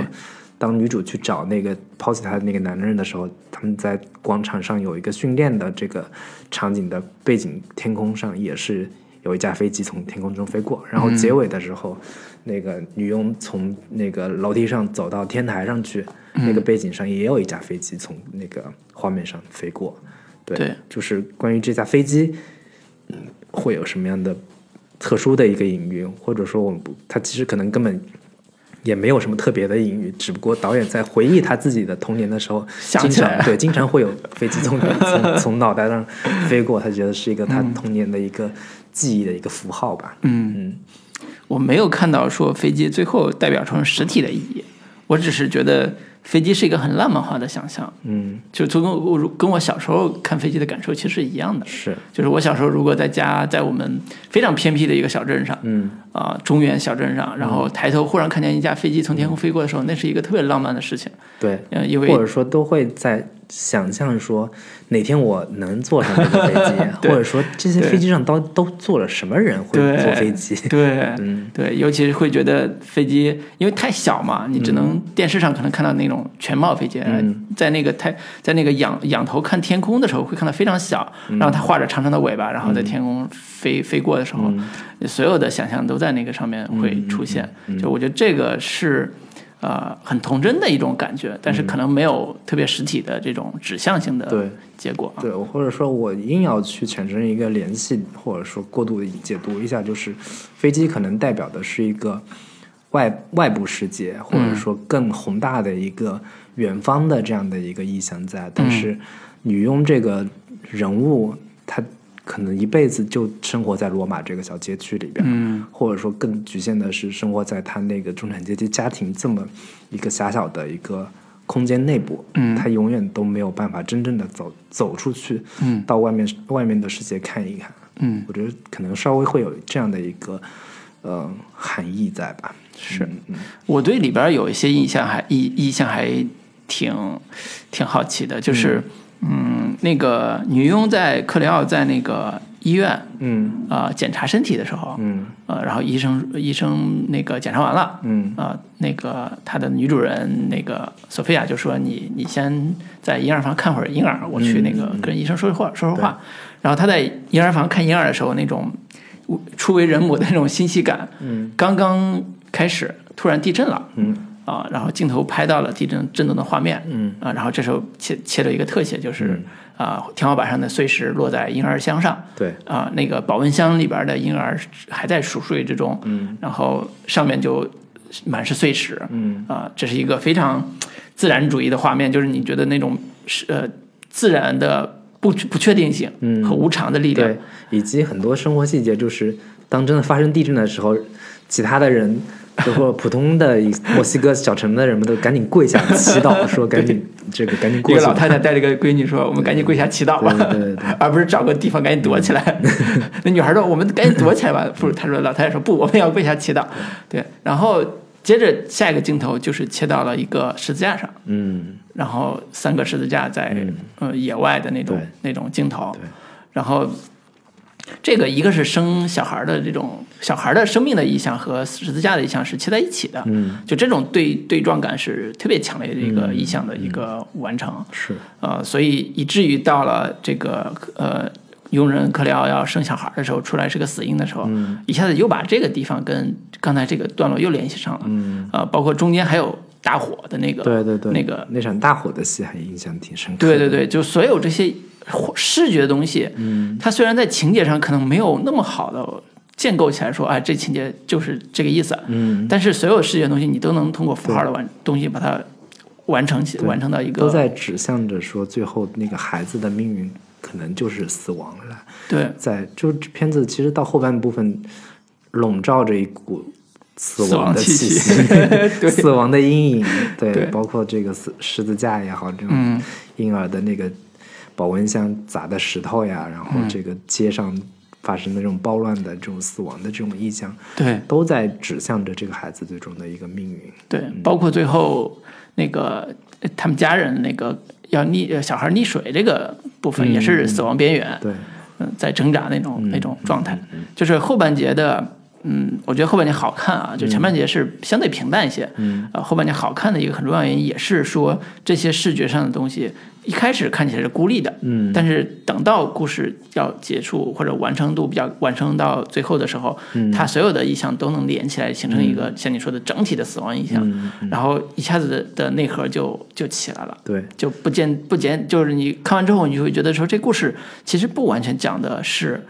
Speaker 2: 当女主去找那个抛弃她的那个男人的时候，他们在广场上有一个训练的这个场景的背景天空上也是。有一架飞机从天空中飞过，然后结尾的时候，那个女佣从那个楼梯上走到天台上去，那个背景上也有一架飞机从那个画面上飞过。对，
Speaker 1: 对
Speaker 2: 就是关于这架飞机嗯会有什么样的特殊的一个隐喻，或者说我们不它其实可能根本也没有什么特别的隐喻，只不过导演在回忆他自己的童年的时候，
Speaker 1: 想
Speaker 2: 经
Speaker 1: 起来
Speaker 2: 常
Speaker 1: 了
Speaker 2: 对经常会有飞机从 从从脑袋上飞过，他觉得是一个他
Speaker 1: 嗯
Speaker 2: 童年的一个记忆的一个符号吧。嗯嗯，
Speaker 1: 我没有看到说飞机最后代表成实体的意义，我只是觉得飞机是一个很浪漫化的想象，
Speaker 2: 嗯，
Speaker 1: 就就跟我如跟我小时候看飞机的感受其实是一样的。
Speaker 2: 是，
Speaker 1: 就是我小时候如果在家，在我们非常偏僻的一个小镇上，
Speaker 2: 嗯
Speaker 1: 啊、中原小镇上，然后抬头忽然看见一架飞机从天空飞过的时候，那是一个特别浪漫的事情。
Speaker 2: 对，
Speaker 1: 嗯，因为
Speaker 2: 或者说都会在想象说哪天我能坐上这个飞机，
Speaker 1: 对
Speaker 2: 或者说这些
Speaker 1: 对
Speaker 2: 飞机上都都坐了什么人会
Speaker 1: 对
Speaker 2: 坐飞机？
Speaker 1: 对，对，尤其是会觉得飞机，因为太小嘛，你只能电视上可能看到那种全貌飞机，哎在那个太在那个仰仰头看天空的时候，会看到非常小，然后它画着长长的尾巴，然后在天空飞、飞过的时候，所有的想象都在那个上面会出现。就我觉得这个是。呃，很童真的一种感觉，但是可能没有特别实体的这种指向性的
Speaker 2: 对
Speaker 1: 结果啊。
Speaker 2: 对，或者说我硬要去产生一个联系，或者说过度地解读一下，就是飞机可能代表的是一个外外部世界，或
Speaker 1: 嗯
Speaker 2: 者说更宏大的一个远方的这样的一个意象在。但
Speaker 1: 嗯
Speaker 2: 是女佣这个人物，她可能一辈子就生活在罗马这个小街区里边，
Speaker 1: 嗯
Speaker 2: 或者说更局限的是生活在她那个中产阶级家庭这么一个狭小的一个空间内部，
Speaker 1: 嗯
Speaker 2: 她永远都没有办法真正的走走出去，
Speaker 1: 嗯
Speaker 2: 到外面外面的世界看一看，
Speaker 1: 嗯，
Speaker 2: 我觉得可能稍微会有这样的一个呃含义在吧，嗯
Speaker 1: 是，我对里边有一些印象还意意象还挺挺好奇的，就是嗯那个女佣在克里奥在那个医院
Speaker 2: 嗯
Speaker 1: 啊、呃检查身体的时候，
Speaker 2: 嗯
Speaker 1: 呃，然后医生医生那个检查完了，
Speaker 2: 嗯
Speaker 1: 啊、那个他的女主人那个索菲亚就说你你先在婴儿房看会儿婴儿，我
Speaker 2: 嗯
Speaker 1: 去那个跟医生说说话说说话。然后他在婴儿房看婴儿的时候，那种初为人母的那种欣喜感，嗯，刚刚开始，突然地震了，
Speaker 2: 嗯
Speaker 1: 啊，然后镜头拍到了地震震动的画面，
Speaker 2: 嗯
Speaker 1: 啊，然后这时候切切了一个特写，就是啊、天花板上的碎石落在婴儿箱上，
Speaker 2: 对
Speaker 1: 啊、那个保温箱里边的婴儿还在熟睡之中，嗯，然后上面就满是碎石，
Speaker 2: 嗯
Speaker 1: 啊、这是一个非常自然主义的画面，就是你觉得那种是呃自然的不不确定性和无常的力量，
Speaker 2: 对，以及很多生活细节，就是当真的发生地震的时候，其他的人。包括普通的以墨西哥小城的人们都赶紧跪下祈祷，说赶紧这个赶紧
Speaker 1: 一
Speaker 2: 过
Speaker 1: 个
Speaker 2: 去
Speaker 1: 老
Speaker 2: 吧。
Speaker 1: 太太带着个闺女说：“我们赶紧跪下祈祷吧，
Speaker 2: 对对对对
Speaker 1: 而不是找个地方赶紧躲起 来。”那女孩说：“我们赶紧躲起来 吧。”不是，她说老太太说：“不，我们要跪下祈祷。”对，然后接着下一个镜头就是切到了一个十字架上，
Speaker 2: 嗯，
Speaker 1: 然后三个十字架在、呃野外的那种
Speaker 2: 对
Speaker 1: 那种镜头，然后这个一个是生小孩的这种小孩的生命的意象和十字架的意象是切在一起的，
Speaker 2: 嗯，
Speaker 1: 就这种对对撞感是特别强烈的一个意象的一个完成，
Speaker 2: 是，
Speaker 1: 呃，所以以至于到了这个呃佣人克里奥要生小孩的时候，出来是个死婴的时候，
Speaker 2: 嗯
Speaker 1: 一下子又把这个地方跟刚才这个段落又联系上了，嗯，呃，包括中间还有大火的那个，
Speaker 2: 对对对，
Speaker 1: 那个
Speaker 2: 那场大火的戏还印象挺深刻的。
Speaker 1: 对对对，就所有这些视觉的东西，嗯，它虽然在情节上可能没有那么好的建构起来说，哎，这情节就是这个意思，嗯，但是所有视觉的东西你都能通过符号的完东西把它完成起，完成到一
Speaker 2: 都
Speaker 1: 个
Speaker 2: 在指向着说，最后那个孩子的命运可能就是死亡了。
Speaker 1: 对
Speaker 2: 在就这片子其实到后半部分，笼罩着一股死
Speaker 1: 死
Speaker 2: 亡
Speaker 1: 亡
Speaker 2: 的
Speaker 1: 气
Speaker 2: 息，
Speaker 1: 息， 对
Speaker 2: 死亡的阴影。对，
Speaker 1: 对
Speaker 2: 包括这个十十字架也好，这种
Speaker 1: 嗯
Speaker 2: 婴儿的那个保温箱砸的石头呀，然后
Speaker 1: 嗯
Speaker 2: 这个街上发生的这种暴乱的这种死亡的这种意象，
Speaker 1: 对
Speaker 2: 都在指向着这个孩子最终的一个命运。
Speaker 1: 对，包括最后那个呃他们家人那个要溺呃小孩溺水这个部分也是死亡边缘，
Speaker 2: 对，
Speaker 1: 嗯，在挣扎那种那种状态，就是后半节的，嗯，我觉得后半节好看啊，就前半节是相对平淡一些，嗯，呃，后半节好看的一个很重要原因也是说这些视觉上的东西一开始看起来是孤立的，嗯，但是等到故事要结束或者完成度比较完成到最后的时候，它所有的意象都能连起来，形成一个像你说的整体的死亡意象，然后一下子的的内核就就起来了。
Speaker 2: 对，
Speaker 1: 就不见不见，就是你看完之后，你就会觉得说这故事其实不完全讲的是，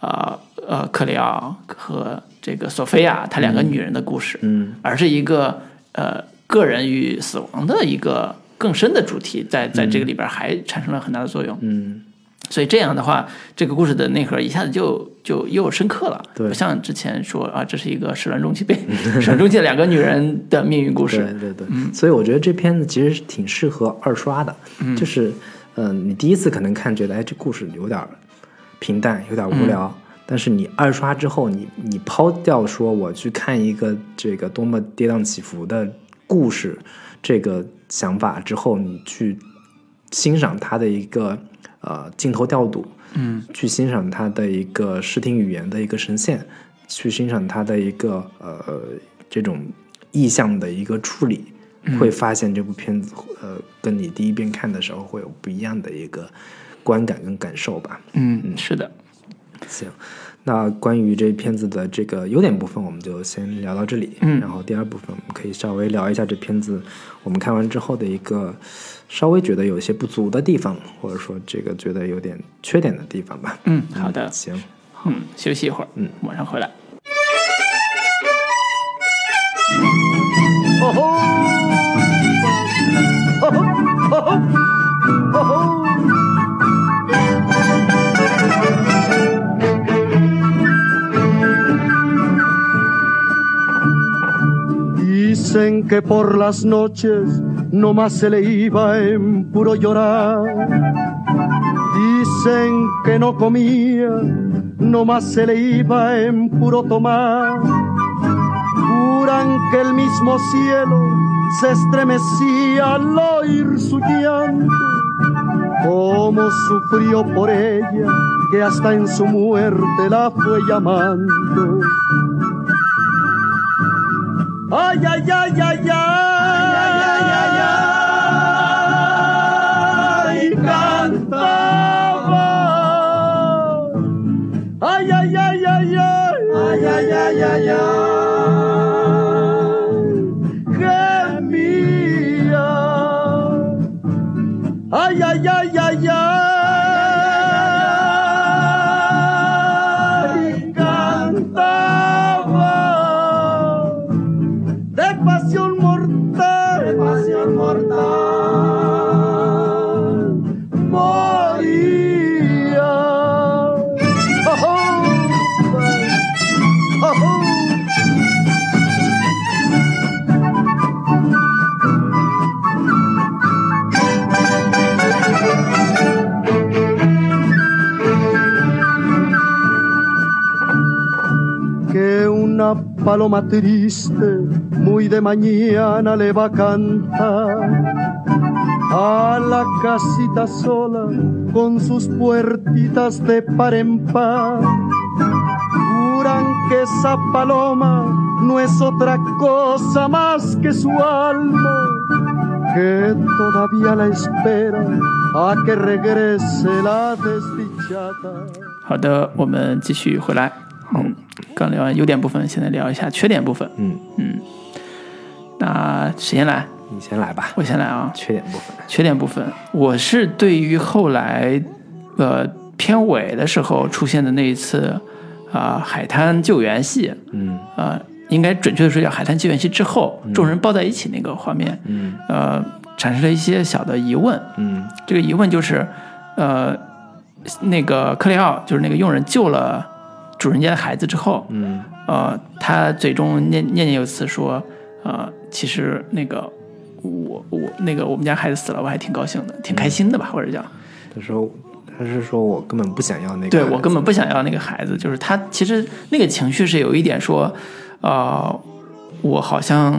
Speaker 1: 呃呃，克里奥和这个索菲亚她两个女人的故事，
Speaker 2: 嗯，
Speaker 1: 而是一个呃个人与死亡的一个更深的主题，在在这个里边还产生了很大的作用。
Speaker 2: 嗯，
Speaker 1: 所以这样的话，这个故事的内核一下子就就又深刻了，
Speaker 2: 对
Speaker 1: 不像之前说啊，这是一个始乱终弃被始乱终弃的两个女人的命运故
Speaker 2: 对
Speaker 1: 事。嗯
Speaker 2: 对对，所以我觉得这片子其实是挺适合二刷的，就是嗯、呃你第一次可能看觉得哎这故事有点儿平淡，有点儿无
Speaker 1: 嗯
Speaker 2: 聊。但是你二刷之后，你你抛掉说我去看一个这个多么跌宕起伏的故事这个想法之后，你去欣赏它的一个呃镜头调度，
Speaker 1: 嗯，
Speaker 2: 去欣赏它的一个视听语言的一个呈现，去欣赏它的一个呃这种意象的一个处理，会发现这部片子呃跟你第一遍看的时候会有不一样的一个观感跟感受吧。
Speaker 1: 嗯，是的，
Speaker 2: 行，那关于这片子的这个优点部分，我们就先聊到这里。嗯，然后第二部分，我们可以稍微聊一下这片子我们看完之后的一个稍微觉得有些不足的地方，或者说这个觉得有点缺点的地方吧。
Speaker 1: 嗯，好的，
Speaker 2: 行，
Speaker 1: 嗯，休息一会儿，嗯，马上回来。
Speaker 3: Dicen que por las noches nomás se le iba en puro llorar. Dicen que no comía, nomás se le iba en puro tomar. Juran que el mismo cielo se estremecía al oír su llanto. Cómo sufrió por ella, que hasta en su muerte la fue llamando. Ay, ay, ay, ay, ay. Ay, cantaba. Ay, ay, ay, ay, ay. Ay, ay, ay, ay, ay. Gemía. Ay, ay, ay, ay, ay. Cantaba de pasión mortal, de pasión mortal, moría. Ajá, ajá. que una paloma triste muy de mañana le va a cantar a la casita sola con sus puertitas de par en par. Juran que esa paloma no es otra cosa más que su alma, que todavía la espera a que regrese la desdichada.
Speaker 1: 好的，我们继续回来。好、刚聊完优点部分，现在聊一下缺点部分。
Speaker 2: 嗯，
Speaker 1: 那谁先来？
Speaker 2: 你先来吧。
Speaker 1: 我先来啊。
Speaker 2: 缺点部分，
Speaker 1: 缺点部分，我是对于后来，呃，片尾的时候出现的那一次，啊、海滩救援戏，
Speaker 2: 嗯
Speaker 1: 呃，应该准确的说叫海滩救援戏之后，众人抱在一起那个画面，
Speaker 2: 嗯
Speaker 1: 呃，产生了一些小的疑问。
Speaker 2: 嗯
Speaker 1: 这个疑问就是，呃，那个克雷奥就是那个佣人救了主人家的孩子之后，
Speaker 2: 嗯
Speaker 1: 呃，他最终念念念有词说，呃，其实那个我我那个我们家孩子死了，我还挺高兴的，
Speaker 2: 嗯
Speaker 1: 挺开心的吧，或者讲，
Speaker 2: 他说他是说我根本不想要那个，
Speaker 1: 对我根本不想要那个孩子，就是他其实那个情绪是有一点说，呃，我好像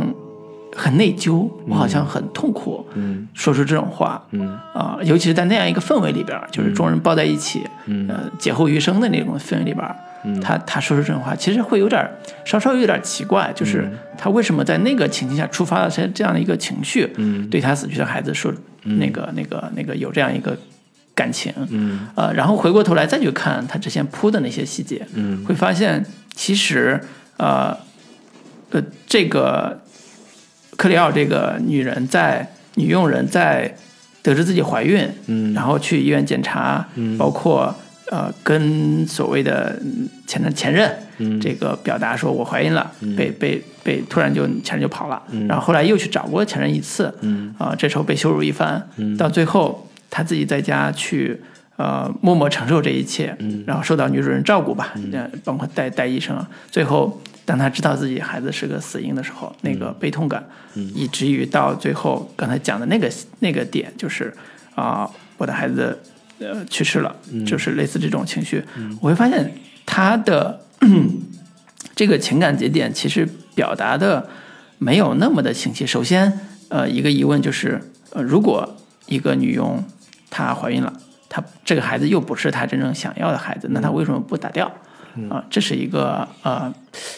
Speaker 1: 很内疚，我好像很痛苦，
Speaker 2: 嗯
Speaker 1: 说出这种话，
Speaker 2: 嗯
Speaker 1: 啊、尤其是在那样一个氛围里边儿，就是众人抱在一起，
Speaker 2: 嗯
Speaker 1: 呃，劫后余生的那种氛围里边儿，
Speaker 2: 嗯
Speaker 1: 他他说出这种话，其实会有点儿稍稍有点儿奇怪，
Speaker 2: 嗯
Speaker 1: 就是他为什么在那个情境下触发了这这样的一个情绪，
Speaker 2: 嗯
Speaker 1: 对他死去的孩子说、那个那个那个有这样一个感情，
Speaker 2: 嗯
Speaker 1: 呃，然后回过头来再去看他之前铺的那些细节，
Speaker 2: 嗯
Speaker 1: 会发现其实呃呃这个克里奥这个女人在女佣人在得知自己怀孕，
Speaker 2: 嗯
Speaker 1: 然后去医院检查，包括呃跟所谓的嗯前前任这个表达说我怀孕了，被被被突然就前任就跑了，然后后来又去找过前任一次，啊、这时候被羞辱一番，到最后他自己在家去。呃，默默承受这一切，然后受到女主人照顾吧，呃包括带带医生啊。最后，当他知道自己孩子是个死婴的时候，那个悲痛感，以至于到最后刚才讲的那个那个点，就是啊、我的孩子呃去世了，就是类似这种情绪，我会发现他的 这个情感节点其实表达的没有那么的清晰。首先，呃，一个疑问就是，呃，如果一个女佣她怀孕了，她这个孩子又不是她真正想要的孩子，那她为什么不打掉？啊、这是一个呃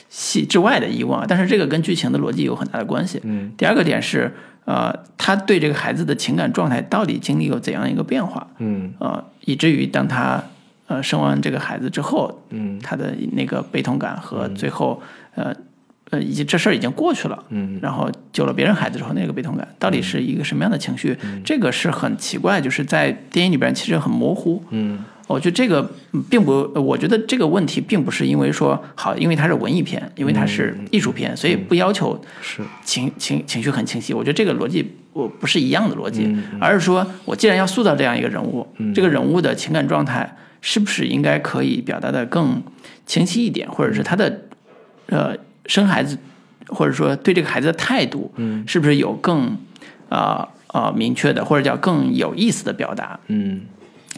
Speaker 1: 戏之外的疑问啊，但是这个跟剧情的逻辑有很大的关系。嗯，第二个点是，呃，她对这个孩子的情感状态到底经历有怎样一个变化？
Speaker 2: 嗯
Speaker 1: 呃，以至于当她呃生完这个孩子之后，
Speaker 2: 嗯
Speaker 1: 他的那个悲痛感和最后、呃呃，已经这事儿已经过去了，
Speaker 2: 嗯
Speaker 1: 然后救了别人孩子之后那个悲痛感，到底是一个什么样的情绪？
Speaker 2: 嗯
Speaker 1: 这个是很奇怪，就是在电影里边其实很模糊。
Speaker 2: 嗯
Speaker 1: 我觉得这个嗯并不，呃我觉得这个问题并不是因为说好，因为它是文艺片，因为它是艺术片，所以不要求
Speaker 2: 是
Speaker 1: 情情情绪很清晰。我觉得这个逻辑我不是一样的逻辑，而是说我既然要塑造这样一个人物，这个人物的情感状态是不是应该可以表达的更清晰一点，或者是他的呃生孩子，或者说对这个孩子的态度，是不是有更啊啊、呃明确的，或者叫更有意思的表达？
Speaker 2: 嗯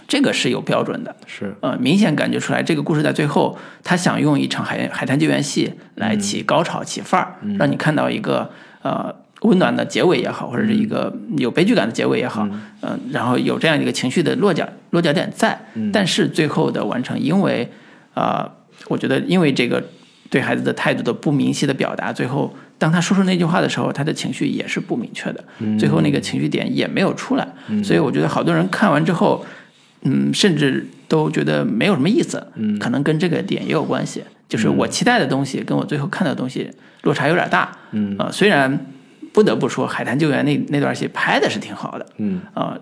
Speaker 1: 这个是有标准的。
Speaker 2: 是
Speaker 1: 呃，明显感觉出来，这个故事在最后，他想用一场海海滩救援戏来起高潮、起范儿，让你看到一个呃温暖的结尾也好，或者是一个有悲剧感的结尾也好，嗯、然后有这样一个情绪的落脚落脚点在，但是最后的完成，因为啊、呃我觉得因为这个对孩子的态度的不明晰的表达，最后当他说出那句话的时候，他的情绪也是不明确的，最后那个情绪点也没有出来，所以我觉得好多人看完之后，嗯，甚至都觉得没有什么意思，嗯，可能跟这个点也有关系，就是我
Speaker 2: 嗯
Speaker 1: 期待的东西跟我最后看到的东西落差有点大，嗯啊、虽然不得不说海滩救援那那段戏拍的是挺好的，
Speaker 2: 嗯
Speaker 1: 啊、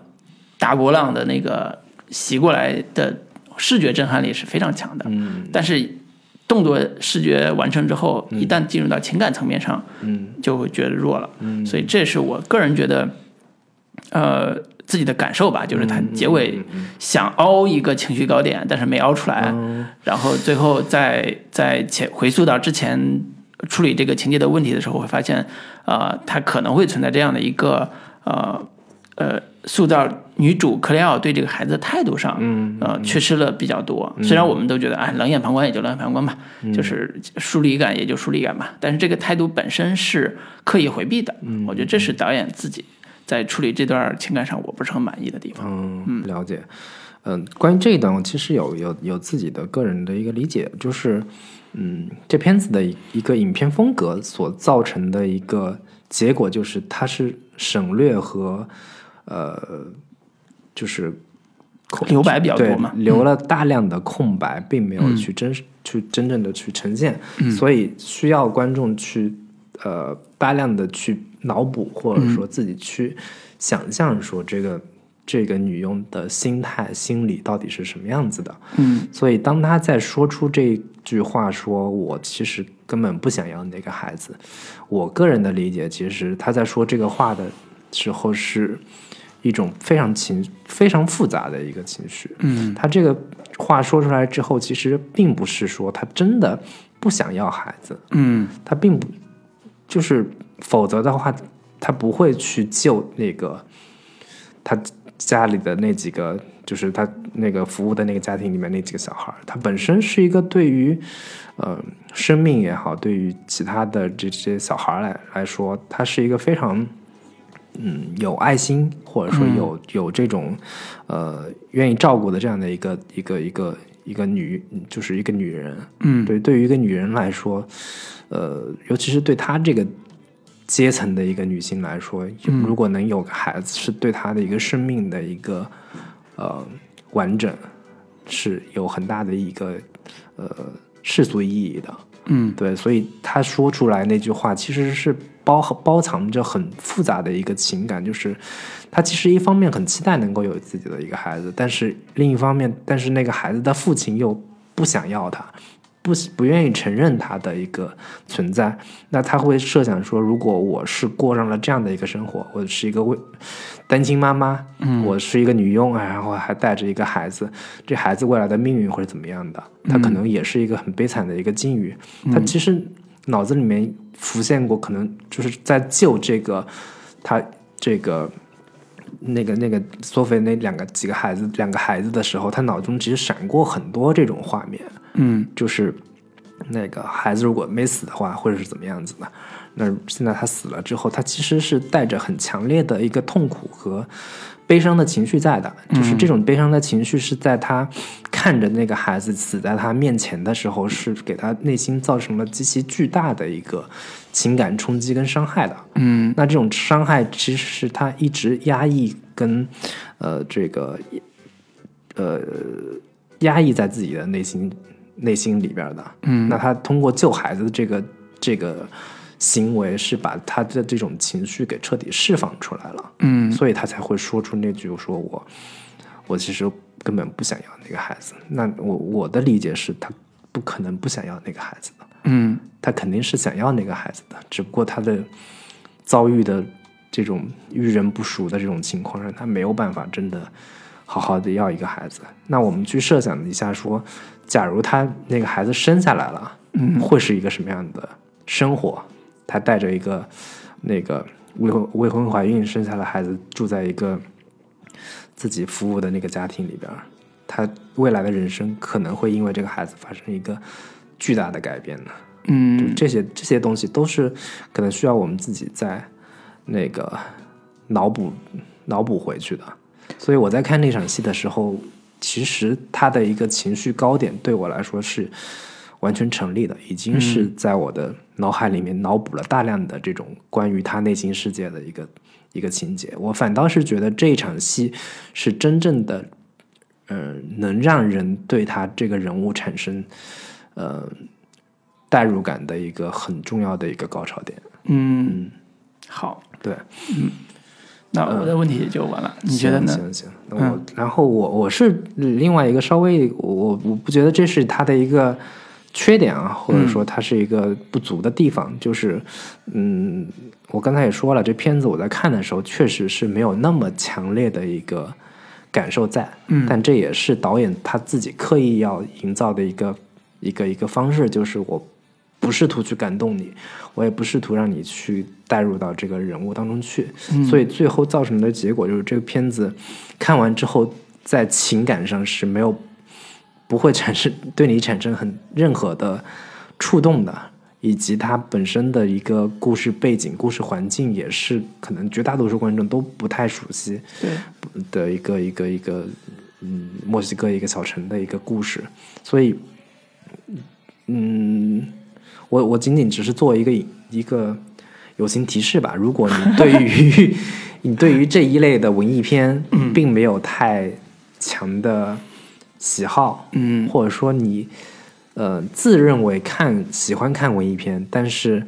Speaker 1: 大波浪的那个袭过来的视觉震撼力是非常强的，
Speaker 2: 嗯
Speaker 1: 但是动作视觉完成之后，一旦进入到情感层面上，
Speaker 2: 嗯
Speaker 1: 就会觉得弱了。所以这是我个人觉得，呃，自己的感受吧，就是
Speaker 2: 嗯
Speaker 1: 他结尾想凹一个情绪高点，但是没凹出来，然后最后在在前回溯到之前处理这个情节的问题的时候，会发现，呃，它可能会存在这样的一个呃呃，塑造女主克莱奥对这个孩子的态度上，嗯，呃，缺失了比较多。虽然我们都觉得，哎，冷眼旁观也就冷眼旁观吧，就是疏离感也就疏离感吧，但是这个态度本身是刻意回避的。我觉得这是导演自己在处理这段情感上我不是很满意的地方。
Speaker 2: 嗯，了解。嗯，关于这一段，我其实有有有自己的个人的一个理解，就是，嗯，这片子的一个影片风格所造成的一个结果，就是它是省略和呃，就是空
Speaker 1: 留白比较多
Speaker 2: 对
Speaker 1: 嘛，嗯
Speaker 2: 留了大量的空白，并没有去真、去真正的去呈现，
Speaker 1: 嗯
Speaker 2: 所以需要观众去呃大量的去脑补，或者说自己去想象说这个、这个女佣的心态心理到底是什么样子的。
Speaker 1: 嗯
Speaker 2: 所以当她在说出这句话说“我其实根本不想要那个孩子”，我个人的理解，其实她在说这个话的时候是一种非常情非常复杂的一个情绪。
Speaker 1: 嗯
Speaker 2: 他这个话说出来之后，其实并不是说他真的不想要孩子，
Speaker 1: 嗯
Speaker 2: 他并不就是，否则的话，他不会去救那个他家里的那几个，就是他那个服务的那个家庭里面那几个小孩儿。他本身是一个对于呃生命也好，对于其他的这这些小孩儿来来说，他是一个非常。嗯，有爱心，或者说有有这种，呃，愿意照顾的这样的一个一个一个一个女，就是一个女人。
Speaker 1: 嗯
Speaker 2: 对，对于一个女人来说，呃，尤其是对她这个阶层的一个女性来说，如果能有个孩子，是对她的一个生命的一个呃完整，是有很大的一个呃世俗意义的。
Speaker 1: 嗯
Speaker 2: 对，所以她说出来那句话，其实是包包藏着很复杂的一个情感，就是她其实一方面很期待能够有自己的一个孩子，但是另一方面，但是那个孩子的父亲又不想要她，不不愿意承认它的一个存在，那他会设想说，如果我是过上了这样的一个生活，我是一个为单亲妈妈，嗯，我是一个女佣，然后还带着一个孩子，这孩子未来的命运会是怎么样的？他可能也是一个很悲惨的一个境遇。他其实脑子里面浮现过，可能就是在救这个他这个。那个那个索菲那两个几个孩子两个孩子的时候，他脑中其实闪过很多这种画面，
Speaker 1: 嗯，
Speaker 2: 就是那个孩子如果没死的话，或者是怎么样子的。那现在他死了之后，他其实是带着很强烈的一个痛苦和悲伤的情绪在的，就是这种悲伤的情绪是在他看着那个孩子死在他面前的时候，是给他内心造成了极其巨大的一个情感冲击跟伤害的。
Speaker 1: 嗯
Speaker 2: 那这种伤害其实是他一直压抑跟呃这个呃压抑在自己的内心内心里边的。
Speaker 1: 嗯
Speaker 2: 那他通过救孩子的这个这个行为，是把他的这种情绪给彻底释放出来了，
Speaker 1: 嗯
Speaker 2: 所以他才会说出那句说我我其实根本不想要那个孩子。那我我的理解是他不可能不想要那个孩子的。
Speaker 1: 嗯
Speaker 2: 他肯定是想要那个孩子的，只不过他的遭遇的这种遇人不淑的这种情况，让他没有办法真的好好的要一个孩子。那我们去设想一下说，假如他那个孩子生下来了，
Speaker 1: 嗯
Speaker 2: 会是一个什么样的生活？他带着一个那个未婚未婚怀孕生下来孩子，住在一个自己服务的那个家庭里边儿，他未来的人生可能会因为这个孩子发生一个巨大的改变呢。
Speaker 1: 嗯
Speaker 2: 这些这些东西都是可能需要我们自己在那个脑补脑补回去的。所以我在看那场戏的时候，其实他的一个情绪高点对我来说是完全成立的，已经是在我的脑海里面脑补了大量的这种关于他内心世界的一个一个情节。我反倒是觉得这一场戏是真正的，呃，能让人对他这个人物产生呃代入感的一个很重要的一个高潮点。
Speaker 1: 嗯，好，
Speaker 2: 对，
Speaker 1: 那我的问题也就完了，你觉得呢？嗯
Speaker 2: 行行，行那我、然后我我是另外一个稍微我我我不觉得这是他的一个缺点啊，或者
Speaker 1: 嗯
Speaker 2: 说它是一个不足的地方，就是嗯，我刚才也说了，这片子我在看的时候确实是没有那么强烈的一个感受在，嗯，但这也是导演他自己刻意要营造的一个一个一个方式，就是我不试图去感动你，我也不试图让你去带入到这个人物当中去，所以最后造成的结果就是这个片子看完之后，在情感上是没有不会产生对你产生很任何的触动的，以及它本身的一个故事背景、故事环境也是可能绝大多数观众都不太熟悉
Speaker 1: 对，
Speaker 2: 的一个一个一个嗯墨西哥一个小城的一个故事，所以嗯，我我仅仅只是做一个一个友情提示吧。如果你对于你对于这一类的文艺片，并没有太强的喜好，
Speaker 1: 嗯
Speaker 2: 或者说你呃自认为看喜欢看文艺片，但是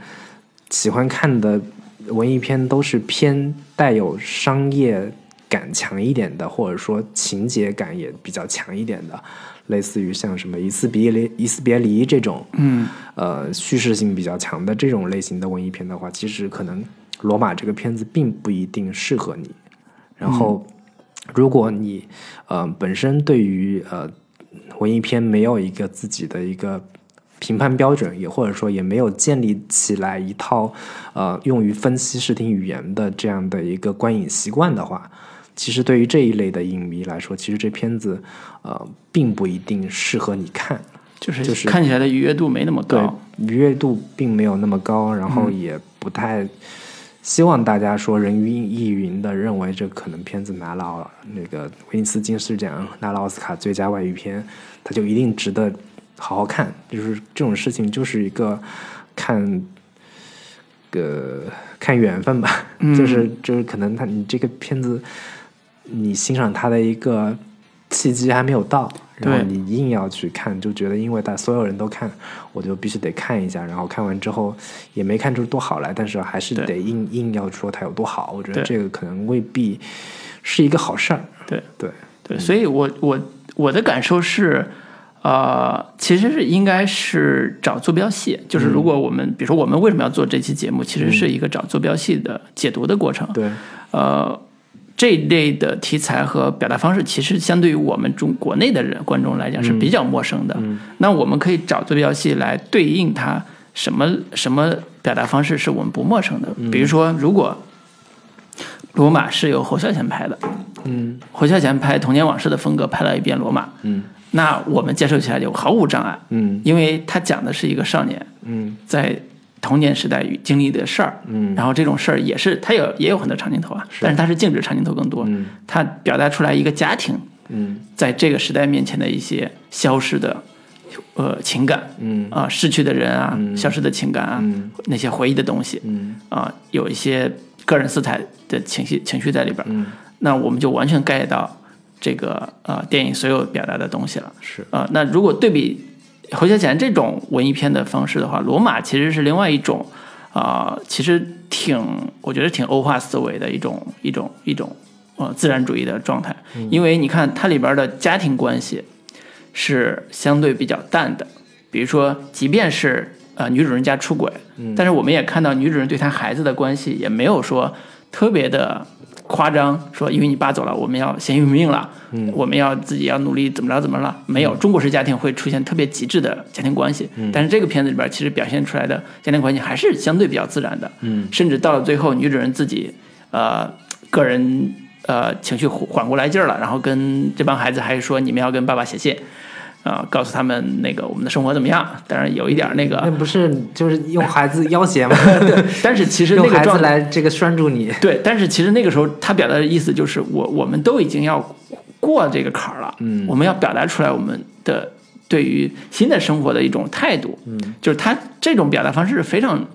Speaker 2: 喜欢看的文艺片都是偏带有商业感强一点的，或者说情节感也比较强一点的，类似于像什么《一次别离》《一次别离》这种，
Speaker 1: 嗯
Speaker 2: 呃叙事性比较强的这种类型的文艺片的话，其实可能《罗马》这个片子并不一定适合你。然后，如果你呃本身对于呃文艺片没有一个自己的一个评判标准，也或者说也没有建立起来一套呃用于分析视听语言的这样的一个观影习惯的话，其实对于这一类的影迷来说，其实这片子呃并不一定适合你看。
Speaker 1: 就是
Speaker 2: 就是
Speaker 1: 看起来的愉悦度没那么
Speaker 2: 对
Speaker 1: 高，
Speaker 2: 愉悦度并没有那么高，然后也不太希望大家说人云亦云的认为这可能片子拿了奥那个威尼斯金狮奖，拿了奥斯卡最佳外语片，它就一定值得好好看。就是这种事情就是一个看。个看缘分吧， 就是就是可能他你这个片子，你欣赏它的一个契机还没有到，然后
Speaker 1: 对
Speaker 2: 你硬要去看，就觉得因为大所有人都看，我就必须得看一下。然后看完之后也没看出多好来，但是还是
Speaker 1: 对
Speaker 2: 得硬硬要说它有多好。我觉
Speaker 1: 对
Speaker 2: 得这个可能未必是一个好事儿。
Speaker 1: 对
Speaker 2: 对，
Speaker 1: 对，所以我我我的感受是，呃，其实是应该是找坐标系，就是如果我们、比如说我们为什么要做这期节目，其实是一个找坐标系的解读的过程。
Speaker 2: 对，
Speaker 1: 呃，这一类的题材和表达方式，其实相对于我们中国内的人观众来讲
Speaker 2: 嗯
Speaker 1: 是比较陌生的。那我们可以找坐标系来对应它什么什么表达方式是我们不陌生的。
Speaker 2: 嗯
Speaker 1: 比如说，如果罗马是由侯孝贤拍的，
Speaker 2: 嗯
Speaker 1: 侯孝贤拍《童年往事》的风格拍了一遍罗马，
Speaker 2: 嗯
Speaker 1: 那我们接受起来就毫无障碍，
Speaker 2: 嗯
Speaker 1: 因为他讲的是一个少年
Speaker 2: 嗯
Speaker 1: 在童年时代与经历的事儿，
Speaker 2: 嗯
Speaker 1: 然后这种事儿也是他有也有很多长镜头啊，但是他是静止长镜头更多，
Speaker 2: 嗯
Speaker 1: 他表达出来一个家庭
Speaker 2: 嗯
Speaker 1: 在这个时代面前的一些消失的呃情感
Speaker 2: 嗯
Speaker 1: 啊、逝去的人啊，消失的情感啊，
Speaker 2: 嗯
Speaker 1: 那些回忆的东西
Speaker 2: 嗯
Speaker 1: 啊、有一些个人色彩的情绪情绪在里边儿，
Speaker 2: 嗯，
Speaker 1: 那我们就完全 get 到这个呃电影所有表达的东西了。
Speaker 2: 是
Speaker 1: 啊、那如果对比侯孝贤这种文艺片的方式的话，《罗马》其实是另外一种啊、其实挺我觉得挺欧化思维的一种一种一种呃自然主义的状态，
Speaker 2: 嗯
Speaker 1: 因为你看它里边的家庭关系是相对比较淡的，比如说即便是呃女主人家出轨，但是我们也看到女主人对她孩子的关系也没有说特别的夸张，说因为你爸走了，我们要咸鱼命了，我们要自己要努力怎么着怎么了？没有，中国式家庭会出现特别极致的家庭关系，但是这个片子里边其实表现出来的家庭关系还是相对比较自然的，
Speaker 2: 嗯
Speaker 1: 甚至到了最后，女主人自己呃个人呃情绪缓过来劲儿了，然后跟这帮孩子还说你们要跟爸爸写信。啊、告诉他们那个我们的生活怎么样？当然有一点儿那
Speaker 2: 那
Speaker 1: 个，
Speaker 2: 不是就是用孩子要挟 吗？
Speaker 1: 但呃是 其实那
Speaker 2: 用
Speaker 1: 个
Speaker 2: 孩
Speaker 1: 状
Speaker 2: 子
Speaker 1: 态
Speaker 2: 来这个拴住你。
Speaker 1: 对，但是其实那个时候他表达的意思就是我我们都已经要过这个坎儿了，
Speaker 2: 嗯
Speaker 1: 我们要表达出来我们的对于新的生活的一种态度，嗯，就是他这种表达方式是非常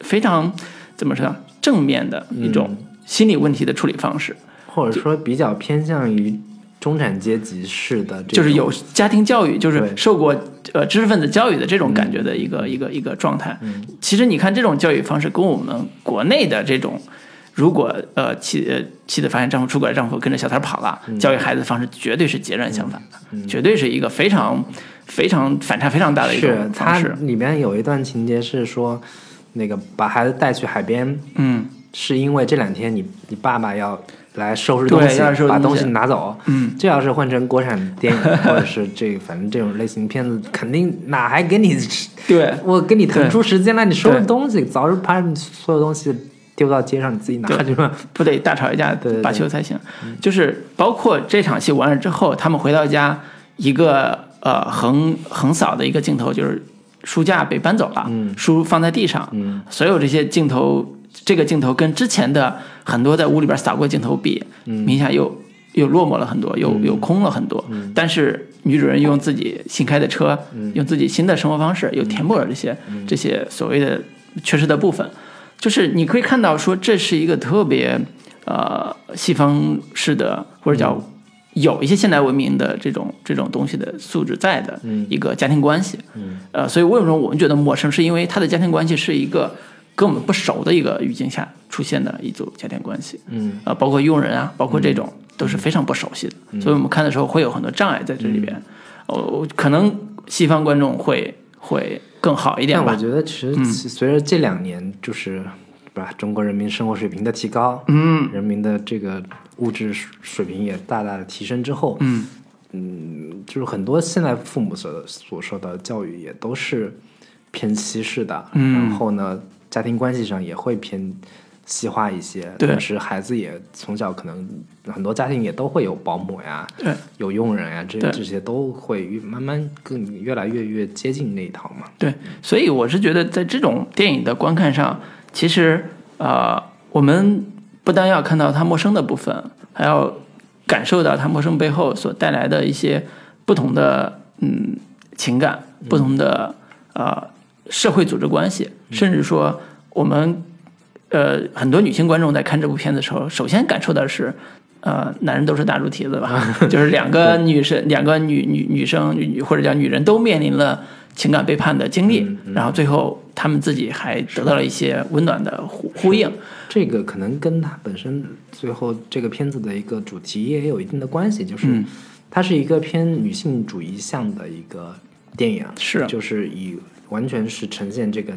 Speaker 1: 非常怎么说呢正面的一种心理问题的处理方式，
Speaker 2: 或者说比较偏向于中产阶级式的这种，
Speaker 1: 就是有家庭教育，就是
Speaker 2: 对嗯
Speaker 1: 受过呃知识分子教育的这种感觉的一个、一个一个状态。其实你看这种教育方式跟我们国内的这种，如果呃妻呃妻子发现丈夫出轨了，丈夫跟着小三儿跑了，
Speaker 2: 嗯
Speaker 1: 教育孩子的方式绝对是截然相反的，绝对是一个非常非常反差非常大的一
Speaker 2: 是
Speaker 1: 种方
Speaker 2: 它
Speaker 1: 式。
Speaker 2: 里面有一段情节是说，那个把孩子带去海边，
Speaker 1: 嗯，
Speaker 2: 是因为这两天你你爸爸要来收拾
Speaker 1: 对
Speaker 2: 东西，
Speaker 1: 要来收拾
Speaker 2: 把
Speaker 1: 东
Speaker 2: 东
Speaker 1: 西
Speaker 2: 西拿走。
Speaker 1: 嗯，
Speaker 2: 这要是换成国产 电影或者是这反正这种类型片子，肯定哪还给你
Speaker 1: 对
Speaker 2: 我给你腾
Speaker 1: 对
Speaker 2: 出时间来，你收拾
Speaker 1: 对
Speaker 2: 东西，早日把你所有东西丢到街上，你自己拿
Speaker 1: 对
Speaker 2: 去吧。
Speaker 1: 不得大吵一架
Speaker 2: 对对对嗯
Speaker 1: 罢休才行。就是包括这场戏完了之后，他们回到家，一个呃横横扫的一个镜头就是书架被搬走了，
Speaker 2: 嗯
Speaker 1: 书放在地上，所有这些镜头，这个镜头跟之前的很多在屋里边扫过镜头比，
Speaker 2: 嗯
Speaker 1: 明显又又落寞了很多，又又空了很多。
Speaker 2: 嗯
Speaker 1: 但是女主人用自己新开的车，用自己新的生活方式，又填补了这些
Speaker 2: 嗯
Speaker 1: 这些所谓的缺失的部分。就是你可以看到说，这是一个特别呃西方式的，或者叫有一些现代文明的这种这种东西的素质在的一个家庭关系。呃，所以为什么我们觉得陌生，是因为他的家庭关系是一个跟我们不熟的一个语境下出现的一组家庭关系。
Speaker 2: 嗯，
Speaker 1: 呃，包括佣人啊，包括这种、都是非常不熟悉的，所以我们看的时候会有很多障碍在这里边。哦，可能西方观众会会更好一点
Speaker 2: 但我
Speaker 1: 吧。嗯
Speaker 2: 觉得，其实其随着这两年，就是是吧，中国人民生活水平的提高，
Speaker 1: 嗯，
Speaker 2: 人民的这个物质水水平也大大的提升之后，
Speaker 1: 嗯
Speaker 2: 嗯，就是很多现在父母所所受到的教育也都是偏西式的，
Speaker 1: 嗯
Speaker 2: 然后呢，家庭关系上也会偏西化一些，
Speaker 1: 对
Speaker 2: 同时孩子也从小可能很多家庭也都会有保姆呀，
Speaker 1: 对
Speaker 2: 有佣人呀，这
Speaker 1: 对
Speaker 2: 这些都会越慢慢更越来越越接近那一套嘛，
Speaker 1: 对，所以我是觉得在这种电影的观看上，其实呃，我们不单要看到它陌生的部分，还要感受到它陌生背后所带来的一些不同的嗯情感、不同的呃社会组织关系，甚至说我们呃很多女性观众在看这部片子的时候，首先感受到的是。呃，男人都是大猪蹄子 吧，就是两个女生，两个女女女生女女或者叫女人都面临了情感背叛的经
Speaker 2: 嗯
Speaker 1: 历，然后最后她们自己还得到了一些温暖的呼呼应。
Speaker 2: 这个可能跟他本身最后这个片子的一个主题也有一定的关系，就是
Speaker 1: 嗯
Speaker 2: 它是一个偏女性主义向的一个电影，
Speaker 1: 是
Speaker 2: 就是以完全是呈现这个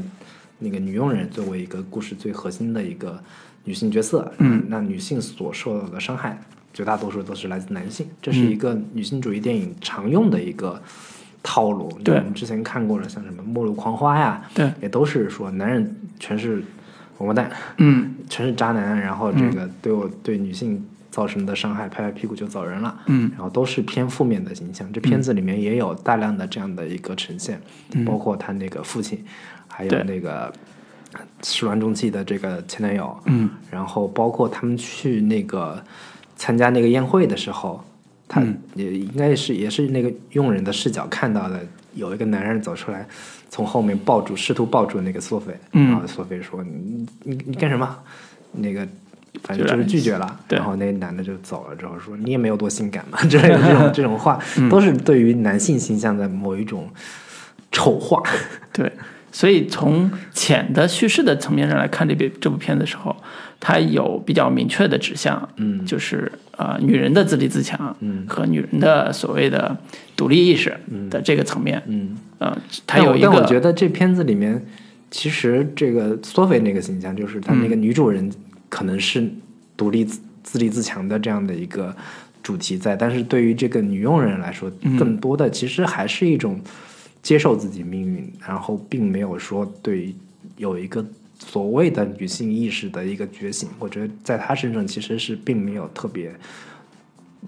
Speaker 2: 那个女佣人作为一个故事最核心的一个女性角色，
Speaker 1: 嗯，
Speaker 2: 那女性所受到的伤害绝大多数都是来自男性，这
Speaker 1: 嗯
Speaker 2: 是一个女性主义电影常用的一个。套路，
Speaker 1: 对
Speaker 2: 我们之前看过了，像什么《末路狂花》呀，
Speaker 1: 对，
Speaker 2: 也都是说男人全是王八蛋，
Speaker 1: 嗯
Speaker 2: 全是渣男，然后这个对我对女性造成的伤害，拍拍屁股就走人了，
Speaker 1: 嗯，
Speaker 2: 然后都是偏负面的形象。这片子里面也有大量的这样的一个呈现，包括他那个父亲，还有
Speaker 1: 嗯对
Speaker 2: 那个始乱终弃的这个前男友，
Speaker 1: 嗯，
Speaker 2: 然后包括他们去那个参加那个宴会的时候，他也应该是也是那个佣人的视角看到的，有一个男人走出来，从后面抱住，试图抱住那个索菲，
Speaker 1: 嗯
Speaker 2: 然后索菲说：“你你你干什么？”那个反正就是拒绝了，
Speaker 1: 对
Speaker 2: 然后那男的就走了之后说：“你也没有多性感嘛” 之类的这种这种话，都是对于男性形象的某一种丑化。
Speaker 1: 对，所以从浅的叙事的层面上来看这部这部片子的时候，它有比较明确的指向，嗯，就是呃女人的自立自强，嗯，和女人的所谓的独立意识的这个层面，
Speaker 2: 嗯，
Speaker 1: 呃，它有一个，
Speaker 2: 但我，但我觉得这片子里面，其实这个索菲那个形象，就是她那
Speaker 1: 嗯
Speaker 2: 个女主人可能是独立自、自立自强的这样的一个主题在，但是对于这个女佣人来说，
Speaker 1: 嗯
Speaker 2: 更多的其实还是一种接受自己命运，然后并没有说对于有一个。所谓的女性意识的一个觉醒，我觉得在她身上其实是并没有特别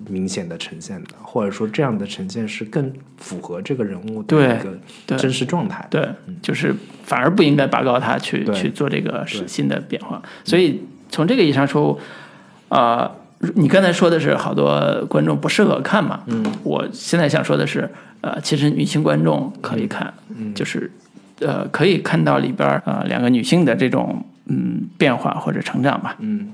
Speaker 2: 明显的呈现的，或者说这样的呈现是更符合这个人物的
Speaker 1: 对
Speaker 2: 一个
Speaker 1: 对
Speaker 2: 真实状态。
Speaker 1: 对，就是反而不应该拔高它去
Speaker 2: 对
Speaker 1: 去做这个是新的变化。所以从这个意义上说，啊、如你刚才说的是好多观众不适合看嘛，嗯，我现在想说的是，呃，其实女性观众可以看，嗯，就是呃可以看到里边儿呃两个女性的这种嗯变化或者成长吧，
Speaker 2: 嗯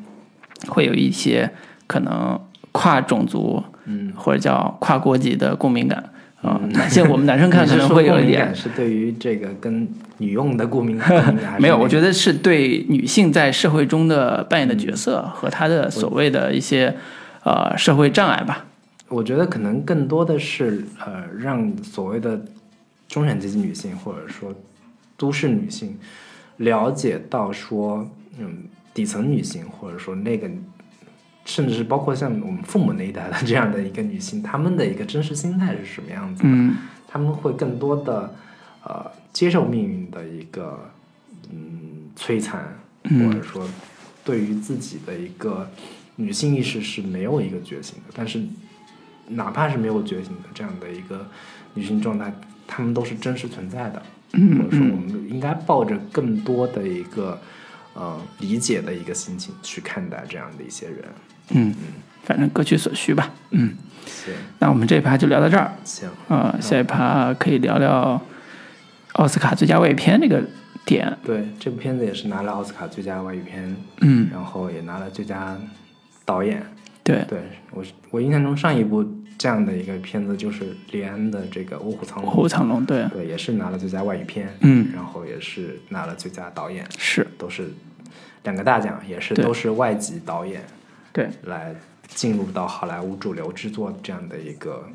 Speaker 1: 会有一些可能跨种族，
Speaker 2: 嗯，
Speaker 1: 或者叫跨国籍的共鸣感。啊、男性我们男生 看可能会有一点，
Speaker 2: 是对于这个跟女佣的过 敏感，还是
Speaker 1: 没有，我
Speaker 2: 得
Speaker 1: 觉得是对女性在社会中的扮演的角色和她的所谓的一些呃社会障碍吧。
Speaker 2: 我觉得可能更多的是呃，让所谓的中产阶级女性或者说都市女性了解到说，嗯，底层女性或者说那个。甚至是包括像我们父母那一代的这样的一个女性，她们的一个真实心态是什么样子的？
Speaker 1: 嗯
Speaker 2: 他们会更多的呃接受命运的一个嗯摧残，或者说对于自己的一个女性意识是没有一个觉醒的。但是哪怕是没有觉醒的这样的一个女性状态，她们都是真实存在的，或者说我们应该抱着更多的一个。呃，理解的一个心情去看待这样的一些人，
Speaker 1: 嗯，反正各取所需吧。嗯，
Speaker 2: 行
Speaker 1: 那我们这一趴就聊到这儿。
Speaker 2: 行，
Speaker 1: 呃，下一趴可以聊聊奥斯卡最佳外语片这个点。
Speaker 2: 对，这部片子也是拿了奥斯卡最佳外语片，
Speaker 1: 嗯，
Speaker 2: 然后也拿了最佳导演。
Speaker 1: 对，
Speaker 2: 对我，我印象中上一部这样的一个片子就是李安的这个《卧虎藏
Speaker 1: 《
Speaker 2: 龙
Speaker 1: 虎》，藏龙》对，
Speaker 2: 对，也是拿了最佳外语片，
Speaker 1: 嗯
Speaker 2: 然后也是拿了最佳导演，
Speaker 1: 是
Speaker 2: 都是两个大奖，也是
Speaker 1: 对
Speaker 2: 都是外籍导演
Speaker 1: 对，
Speaker 2: 来进入到好莱坞主流制作这样的一个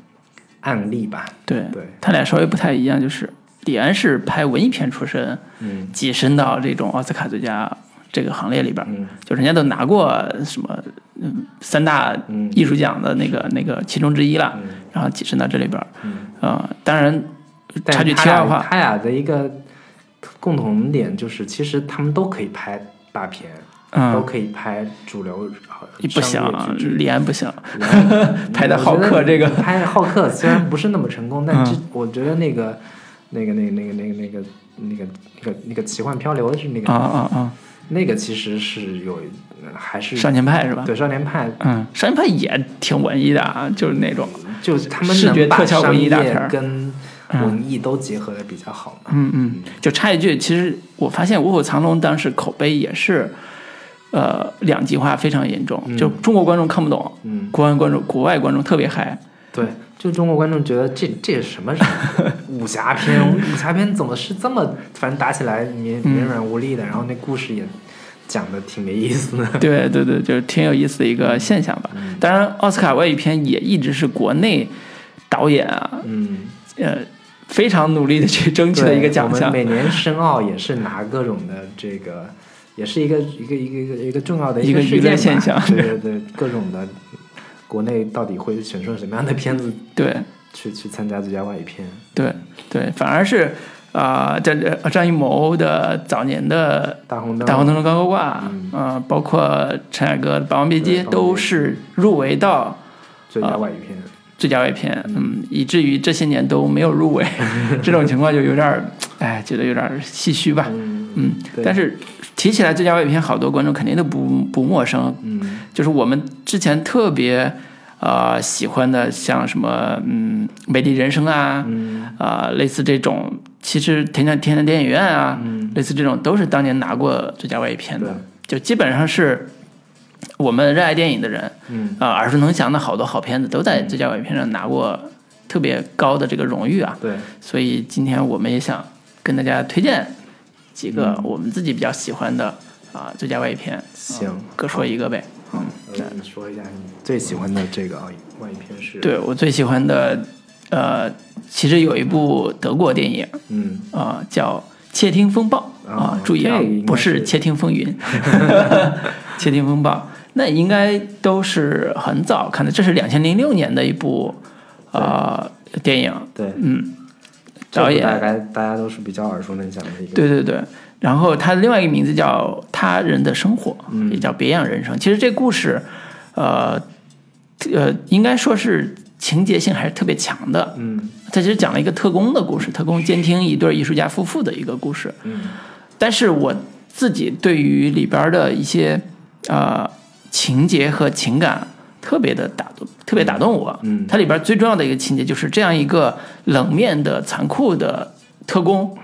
Speaker 2: 案例吧。
Speaker 1: 对
Speaker 2: 对
Speaker 1: 他俩稍微不太一样，就是李安是拍文艺片出身，
Speaker 2: 嗯，
Speaker 1: 跻身到这种奥斯卡最佳这个行列里边儿，
Speaker 2: 嗯
Speaker 1: 就人家都拿过什么嗯三大
Speaker 2: 嗯
Speaker 1: 艺术奖的那个、那个其中之一了，
Speaker 2: 嗯
Speaker 1: 然后跻身到这里边儿，
Speaker 2: 嗯，
Speaker 1: 呃，当然
Speaker 2: 但
Speaker 1: 差距
Speaker 2: 他
Speaker 1: 题外
Speaker 2: 俩
Speaker 1: 话，
Speaker 2: 他俩的一个共同点就是，其实他们都可以拍大片，都
Speaker 1: 嗯，
Speaker 2: 可以拍主流呃
Speaker 1: 不行
Speaker 2: 商业巨，制
Speaker 1: 李安不行， 拍
Speaker 2: 拍
Speaker 1: 的浩克这个，嗯
Speaker 2: 拍浩克虽然不是那么成功，但这我觉得那个那个那个那个那个那个那个那个那个奇幻漂流是那
Speaker 1: 啊
Speaker 2: 个
Speaker 1: 啊啊，
Speaker 2: 那个其实是有呃还是
Speaker 1: 少年派是吧？
Speaker 2: 对少年派，
Speaker 1: 嗯，少年派也挺文艺的啊，就是那种，
Speaker 2: 就是他们
Speaker 1: 视觉
Speaker 2: 能把
Speaker 1: 特效
Speaker 2: 商
Speaker 1: 文艺大片
Speaker 2: 业
Speaker 1: 儿
Speaker 2: 跟文艺都结合的比较好嘛。
Speaker 1: 嗯嗯，就插一句，其实我发现《卧虎藏龙》当时口碑也是。呃，两极化非常严重，就中国观众看不懂，
Speaker 2: 嗯，
Speaker 1: 国外观众、国外观众特别 嗨，
Speaker 2: 对，就中国观众觉得这这是什么人 武侠片？武侠片怎么是这么反正打起来
Speaker 1: 嗯
Speaker 2: 绵绵软无力的，然后那故事也讲的挺没意 思的。嗯
Speaker 1: 对对对，就是挺有意思的一个现象吧。当然，奥斯卡外语片也一直是国内导演啊，
Speaker 2: 嗯，
Speaker 1: 呃，非常努力的去争取的
Speaker 2: 对
Speaker 1: 一个奖
Speaker 2: 我们
Speaker 1: 项。
Speaker 2: 每年申奥也是拿各种的这个，也是一个一个一个一个一个重要的
Speaker 1: 一个舆
Speaker 2: 事
Speaker 1: 论
Speaker 2: 件
Speaker 1: 现
Speaker 2: 吧
Speaker 1: 象
Speaker 2: 对对对，各种的国内到底会选出什么样的片子
Speaker 1: 对
Speaker 2: 去去参加最佳外语片？
Speaker 1: 对对，反而是啊，这、呃、张艺谋的早年的
Speaker 2: 大红
Speaker 1: 《
Speaker 2: 灯，
Speaker 1: 大黄腾龙高高挂》呃，包括陈凯歌的《霸王别姬
Speaker 2: 嗯对》，霸王
Speaker 1: 都
Speaker 2: 别姬
Speaker 1: 是入围到
Speaker 2: 最佳外语片，
Speaker 1: 最佳外片，嗯，以至于这些年都没有 入围，这种情况就有点儿，哎，觉得有点儿唏嘘吧。
Speaker 2: 嗯
Speaker 1: 嗯，
Speaker 2: 对
Speaker 1: 但是提起来最佳外语片，好多观众肯定都不不陌生，
Speaker 2: 嗯
Speaker 1: 就是我们之前特别呃喜欢的，像什么嗯《美丽人生》啊，
Speaker 2: 嗯
Speaker 1: 啊、类似这种，其实天天天坛电影院啊，
Speaker 2: 嗯
Speaker 1: 类似这种都是当年拿过最佳外语片的
Speaker 2: 对，
Speaker 1: 就基本上是我们热爱电影的人，
Speaker 2: 嗯，
Speaker 1: 啊、耳熟能详的好多好片子都在最佳外语片上拿过特别高的这个荣誉啊，
Speaker 2: 对，
Speaker 1: 所以今天我们也想跟大家推荐几
Speaker 2: 嗯
Speaker 1: 个我们自己比较喜欢的啊、最佳外语片，
Speaker 2: 行
Speaker 1: 嗯各说一个呗。嗯，
Speaker 2: 呃，你说一下你最喜欢的这个奥运外语片是？，
Speaker 1: 对我最喜欢的，呃，其实有一部德国电影
Speaker 2: 嗯，
Speaker 1: 啊、叫《窃听风暴》啊、
Speaker 2: 啊
Speaker 1: 注意啊
Speaker 2: 这个应，该
Speaker 1: 不
Speaker 2: 是
Speaker 1: 是《窃听风云》， 《窃听风暴》那应该都是很早看的，这是两千零六年的一部呃电影，
Speaker 2: 对，
Speaker 1: 嗯，
Speaker 2: 这
Speaker 1: 导
Speaker 2: 个
Speaker 1: 演
Speaker 2: 大概大家都是比较耳熟能详的一个，
Speaker 1: 对对对，然后他的另外一个名字叫《他人的生活》，
Speaker 2: 嗯
Speaker 1: 也叫《别样人生》。其实这故事，呃，呃，应该说是情节性还是特别强的。
Speaker 2: 嗯
Speaker 1: 它其实讲了一个特工的故事，特工监听一对艺术家夫妇的一个故事。
Speaker 2: 嗯
Speaker 1: 但是我自己对于里边的一些呃情节和情感特别的打动，特别打动我。
Speaker 2: 嗯
Speaker 1: 它里边最重要的一个情节就是这样一个冷面的残酷的特工，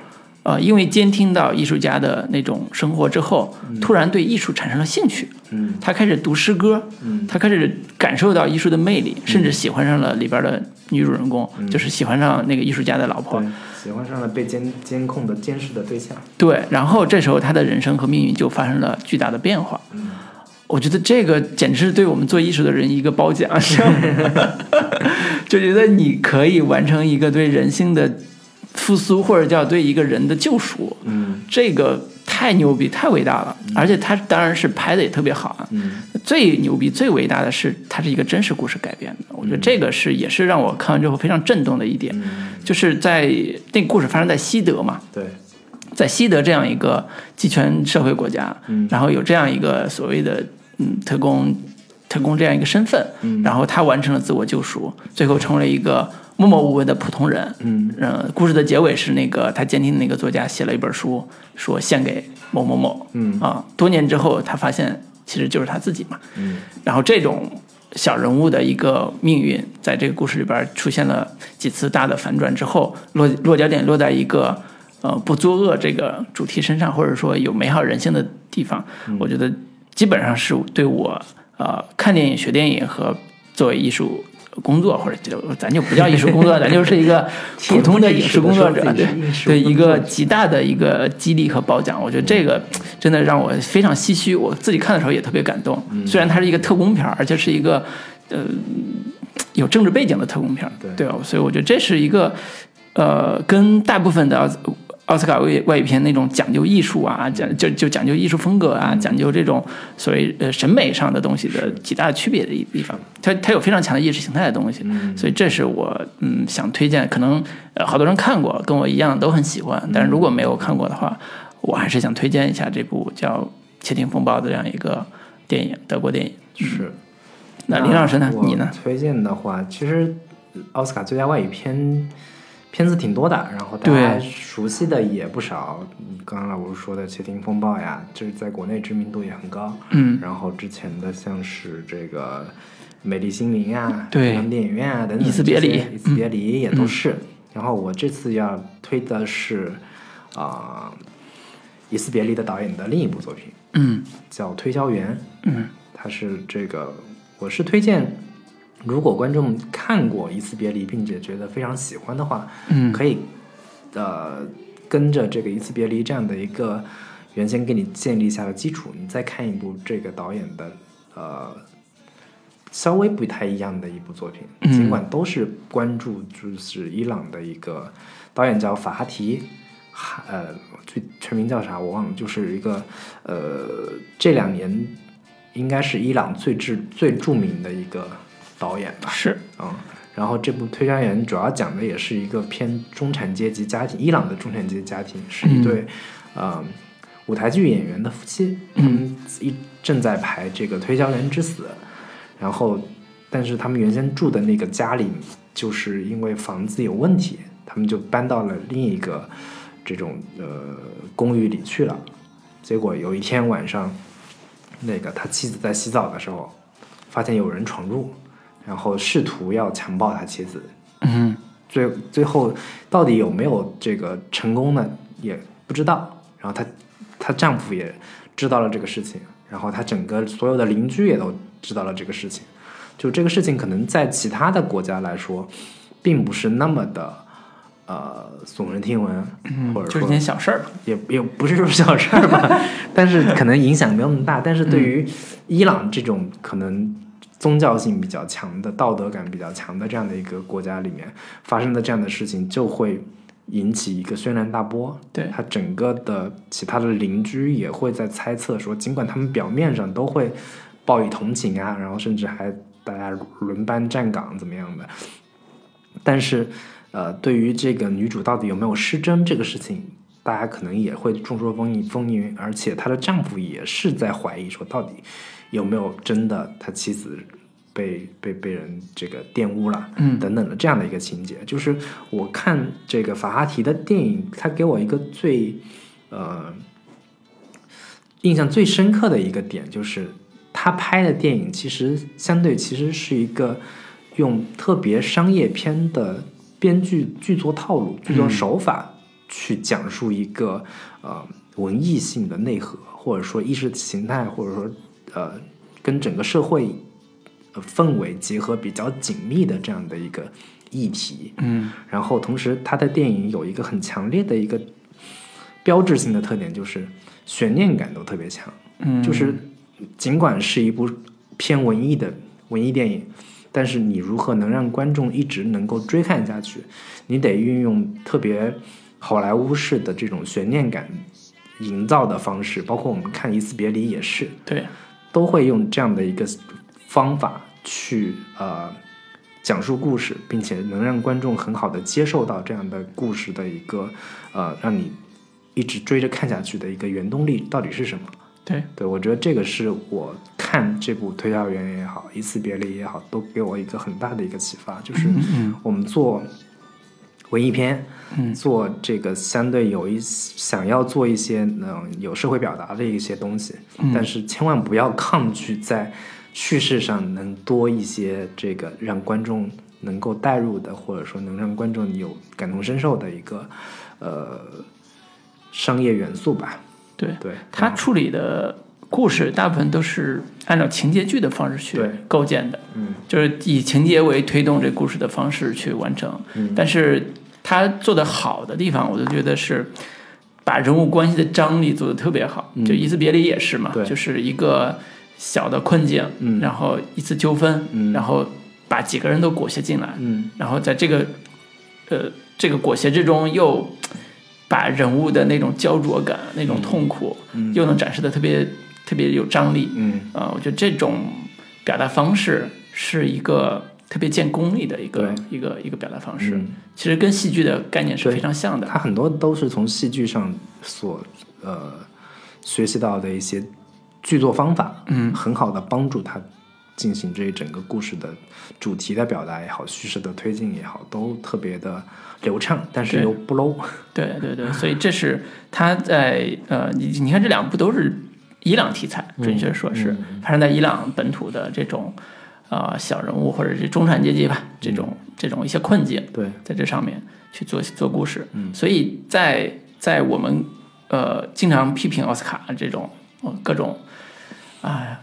Speaker 1: 呃，因为监听到艺术家的那种生活之后，突然对艺术产生了兴趣。
Speaker 2: 嗯
Speaker 1: 他开始读诗歌，
Speaker 2: 嗯
Speaker 1: 他开始感受到艺术的魅力，甚至喜欢上了里边的女主人公，
Speaker 2: 嗯
Speaker 1: 就是喜欢上那个艺术家的老婆。
Speaker 2: 对，喜欢上了被监监控的监视的对象，
Speaker 1: 对，然后这时候他的人生和命运就发生了巨大的变化。我觉得这个简直是对我们做艺术的人一个褒奖，是吧 就觉得你可以完成一个对人性的复苏，或者叫对一个人的救赎，
Speaker 2: 嗯
Speaker 1: 这个太牛逼，太伟大了。而且他当然是拍的也特别好啊。
Speaker 2: 嗯
Speaker 1: 最牛逼、最伟大的是，它是一个真实故事改编的。我觉得这个是也是让我看完之后非常震动的一点，
Speaker 2: 嗯，
Speaker 1: 就是在那个故事发生在西德嘛，
Speaker 2: 对，
Speaker 1: 在西德这样一个集权社会国家，
Speaker 2: 嗯
Speaker 1: 然后有这样一个所谓的嗯特工，特工这样一个身份，
Speaker 2: 嗯
Speaker 1: 然后他完成了自我救赎，最后成为了一个默默无闻的普通人。
Speaker 2: 嗯
Speaker 1: 嗯，故事的结尾是那个他监听的那个作家写了一本书，说献给某某某。
Speaker 2: 嗯
Speaker 1: 啊，多年之后他发现其实就是他自己嘛。
Speaker 2: 嗯
Speaker 1: 然后这种小人物的一个命运，在这个故事里边出现了几次大的反转之后，落落脚点落在一个呃不作恶这个主题身上，或者说有美好人性的地方，
Speaker 2: 嗯
Speaker 1: 我觉得基本上是对我呃看电影、学电影和作为艺术。工作或者就咱就不叫艺术工作，咱就是一 个普通的影视工作者，
Speaker 2: 挺不
Speaker 1: 对
Speaker 2: 真实的说自己是
Speaker 1: 对
Speaker 2: 艺术
Speaker 1: 一
Speaker 2: 工作
Speaker 1: 个
Speaker 2: 者嗯
Speaker 1: 极大的一个激励和褒奖。我觉得这个真的让我非常唏嘘，我自己看的时候也特别感动。
Speaker 2: 嗯
Speaker 1: 虽然它是一个特工片儿，而且是一个呃有政治背景的特工片儿，
Speaker 2: 对
Speaker 1: 对吧？所以我觉得这是一个呃，跟大部分的奥斯奥斯卡外外语片那种讲究艺术啊，
Speaker 2: 嗯
Speaker 1: 讲就就讲究艺术风格啊，讲究这种所谓呃审美上的东西的极大的区别的一地方。它它有非常强的意识形态的东西，所以这是我嗯想推荐。可能呃好多人看过，跟我一样都很喜欢，但是如果
Speaker 2: 嗯
Speaker 1: 没有看过的话，我还是想推荐一下这部叫《窃听风暴》的这样一个电影，德国电影。
Speaker 2: 是。
Speaker 1: 那林老师呢？
Speaker 2: 我
Speaker 1: 你呢？
Speaker 2: 推荐的话，其实呃奥斯卡最佳外语片片子挺多的，然后大家
Speaker 1: 对
Speaker 2: 熟悉的也不少。嗯刚刚老吴说的《窃听风暴》呀，就是在国内知名度也很高。
Speaker 1: 嗯，
Speaker 2: 然后之前的像是这个《美丽心灵》啊，
Speaker 1: 对
Speaker 2: 中央电影院啊等等，
Speaker 1: 一次别嗯离
Speaker 2: 这些一次别离也都是。然后我这次要推的是啊，一次别离》的导演的另一部作品，
Speaker 1: 嗯
Speaker 2: 叫《推销员》。
Speaker 1: 嗯
Speaker 2: 它是这个，我是推荐，如果观众看过《一次别离》并且觉得非常喜欢的话，
Speaker 1: 嗯
Speaker 2: 可以呃跟着这个《一次别离》这样的一个原先给你建立下的基础，你再看一部这个导演的呃稍微不太一样的一部作品，尽管都是关注就是伊朗的一个导演叫法哈提，哈呃，最全名叫啥我忘了，就是一个呃这两年应该是伊朗最知最著名的一个导演吧，
Speaker 1: 是，
Speaker 2: 嗯，然后这部《推销员》主要讲的也是一个偏中产阶级家庭，伊朗的中产阶级家庭是一对，呃，舞台剧演员的夫妻，他们一正在排这个《推销员之死》，然后，但是他们原先住的那个家里，就是因为房子有问题，他们就搬到了另一个这种呃公寓里去了。结果有一天晚上，那个他妻子在洗澡的时候，发现有人闯入，然后试图要强暴他妻子。
Speaker 1: 嗯
Speaker 2: 最最后到底有没有这个成功呢？也不知道。然后她她丈夫也知道了这个事情，然后她整个所有的邻居也都知道了这个事情。就这个事情，可能在其他的国家来说，并不是那么的呃耸人听闻，或
Speaker 1: 嗯
Speaker 2: 者
Speaker 1: 就
Speaker 2: 说
Speaker 1: 是件小事儿，
Speaker 2: 也也不是说小事儿吧，但是可能影响没有那么大。但是对于伊朗这种可能宗教性比较强的、道德感比较强的这样的一个国家里面发生的这样的事情，就会引起一个轩然大波。
Speaker 1: 对
Speaker 2: 他整个的其他的邻居也会在猜测说，尽管他们表面上都会报以同情啊，然后甚至还大家轮班站岗怎么样的，但是呃，对于这个女主到底有没有失贞这个事情，大家可能也会众说纷纭风云，而且她的丈夫也是在怀疑说，到底有没有真的他妻子被被被人这个玷污了，嗯，等等的这样的一个情节。就是我看这个法哈提的电影，他给我一个最呃印象最深刻的一个点，就是他拍的电影其实相对其实是一个用特别商业片的编剧剧作套路、剧作手法去讲述一个、呃文艺性的内核，或者说意识形态，或者说呃跟整个社会呃氛围结合比较紧密的这样的一个议题。
Speaker 1: 嗯
Speaker 2: 然后同时他的电影有一个很强烈的一个标志性的特点，就是悬念感都特别强。
Speaker 1: 嗯，
Speaker 2: 就是尽管是一部偏文艺的文艺电影，但是你如何能让观众一直能够追看下去？你得运用特别好莱坞式的这种悬念感营造的方式，包括我们看《一次别离》也是，
Speaker 1: 对，
Speaker 2: 都会用这样的一个方法去呃讲述故事，并且能让观众很好的接受到这样的故事的一个呃让你一直追着看下去的一个原动力到底是什么？
Speaker 1: 对，
Speaker 2: 对我觉得这个是我看这部《推销员》也好，《一次别离》也好，都给我一个很大的一个启发，就是我们做文艺片，做这个相对有一想要做一些嗯有社会表达的一些东西，但是千万不要抗拒在叙事上能多一些这个让观众能够代入的，或者说能让观众有感同身受的一个呃商业元素吧。
Speaker 1: 对，
Speaker 2: 对，
Speaker 1: 他处理的故事大部分都是按照情节剧的方式去
Speaker 2: 对
Speaker 1: 构建的，
Speaker 2: 嗯，
Speaker 1: 就是以情节为推动这故事的方式去完成。
Speaker 2: 嗯
Speaker 1: 但是他做的好的地方，我就觉得是把人物关系的张力做得特别好。就《一次别离》也是嘛
Speaker 2: 嗯对，
Speaker 1: 就是一个小的困境，
Speaker 2: 嗯
Speaker 1: 然后一次纠纷，
Speaker 2: 嗯
Speaker 1: 然后把几个人都裹挟进来，
Speaker 2: 嗯。
Speaker 1: 然后在这个呃这个裹挟之中，又把人物的那种焦灼感、那
Speaker 2: 嗯
Speaker 1: 种痛苦，又能展示的特别特别有张力。
Speaker 2: 嗯
Speaker 1: 啊、我觉得这种表达方式是一个特别见功力的一个一个一个表达方式，
Speaker 2: 嗯
Speaker 1: 其实跟戏剧的概念是
Speaker 2: 对
Speaker 1: 非常像的。
Speaker 2: 他很多都是从戏剧上所呃学习到的一些剧作方法，嗯，很好的帮助他进行这一整个故事的主题的表达也好，叙事的推进也好，都特别的流畅，但是
Speaker 1: 对
Speaker 2: 又不 low。
Speaker 1: 对对对，所以这是他在呃，你你看这两部都是伊朗题材，准确说是发生在伊朗本土的这种呃小人物或者是中产阶级吧，这种这种一些困境，
Speaker 2: 对，
Speaker 1: 在这上面去做做故事。所以在在我们呃经常批评奥斯卡这种、呃各种啊、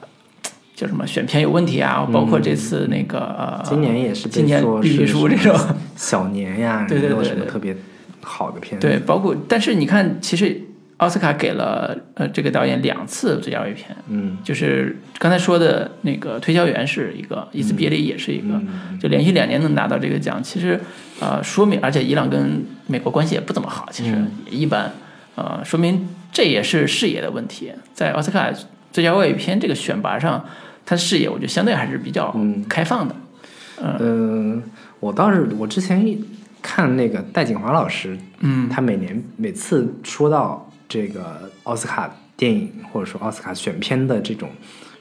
Speaker 1: 叫什么选片有问题啊，包括这次那个、呃、
Speaker 2: 今年也是被
Speaker 1: 今年
Speaker 2: 说
Speaker 1: 必
Speaker 2: 是
Speaker 1: 须输这
Speaker 2: 什么
Speaker 1: 种。
Speaker 2: 小年呀，
Speaker 1: 对对
Speaker 2: 没有
Speaker 1: 对
Speaker 2: 什么
Speaker 1: 对
Speaker 2: 特别好的片子。
Speaker 1: 对，包括但是你看，其实奥斯卡给了呃这个导演两次最佳外语片，
Speaker 2: 嗯，
Speaker 1: 就是刚才说的那个推销员是一个，伊斯别里也是一个，
Speaker 2: 嗯
Speaker 1: 就连续两年能拿到这个奖，其实呃说明，而且伊朗跟美国关系也不怎么好，其实
Speaker 2: 嗯
Speaker 1: 也一般，呃，说明这也是视野的问题，在奥斯卡最佳外语片这个选拔上，他视野我觉得相对还是比较开放的，嗯
Speaker 2: 嗯，我倒是我之前看那个戴锦华老师，
Speaker 1: 嗯
Speaker 2: 他每年每次说到这个奥斯卡电影或者说奥斯卡选片的这种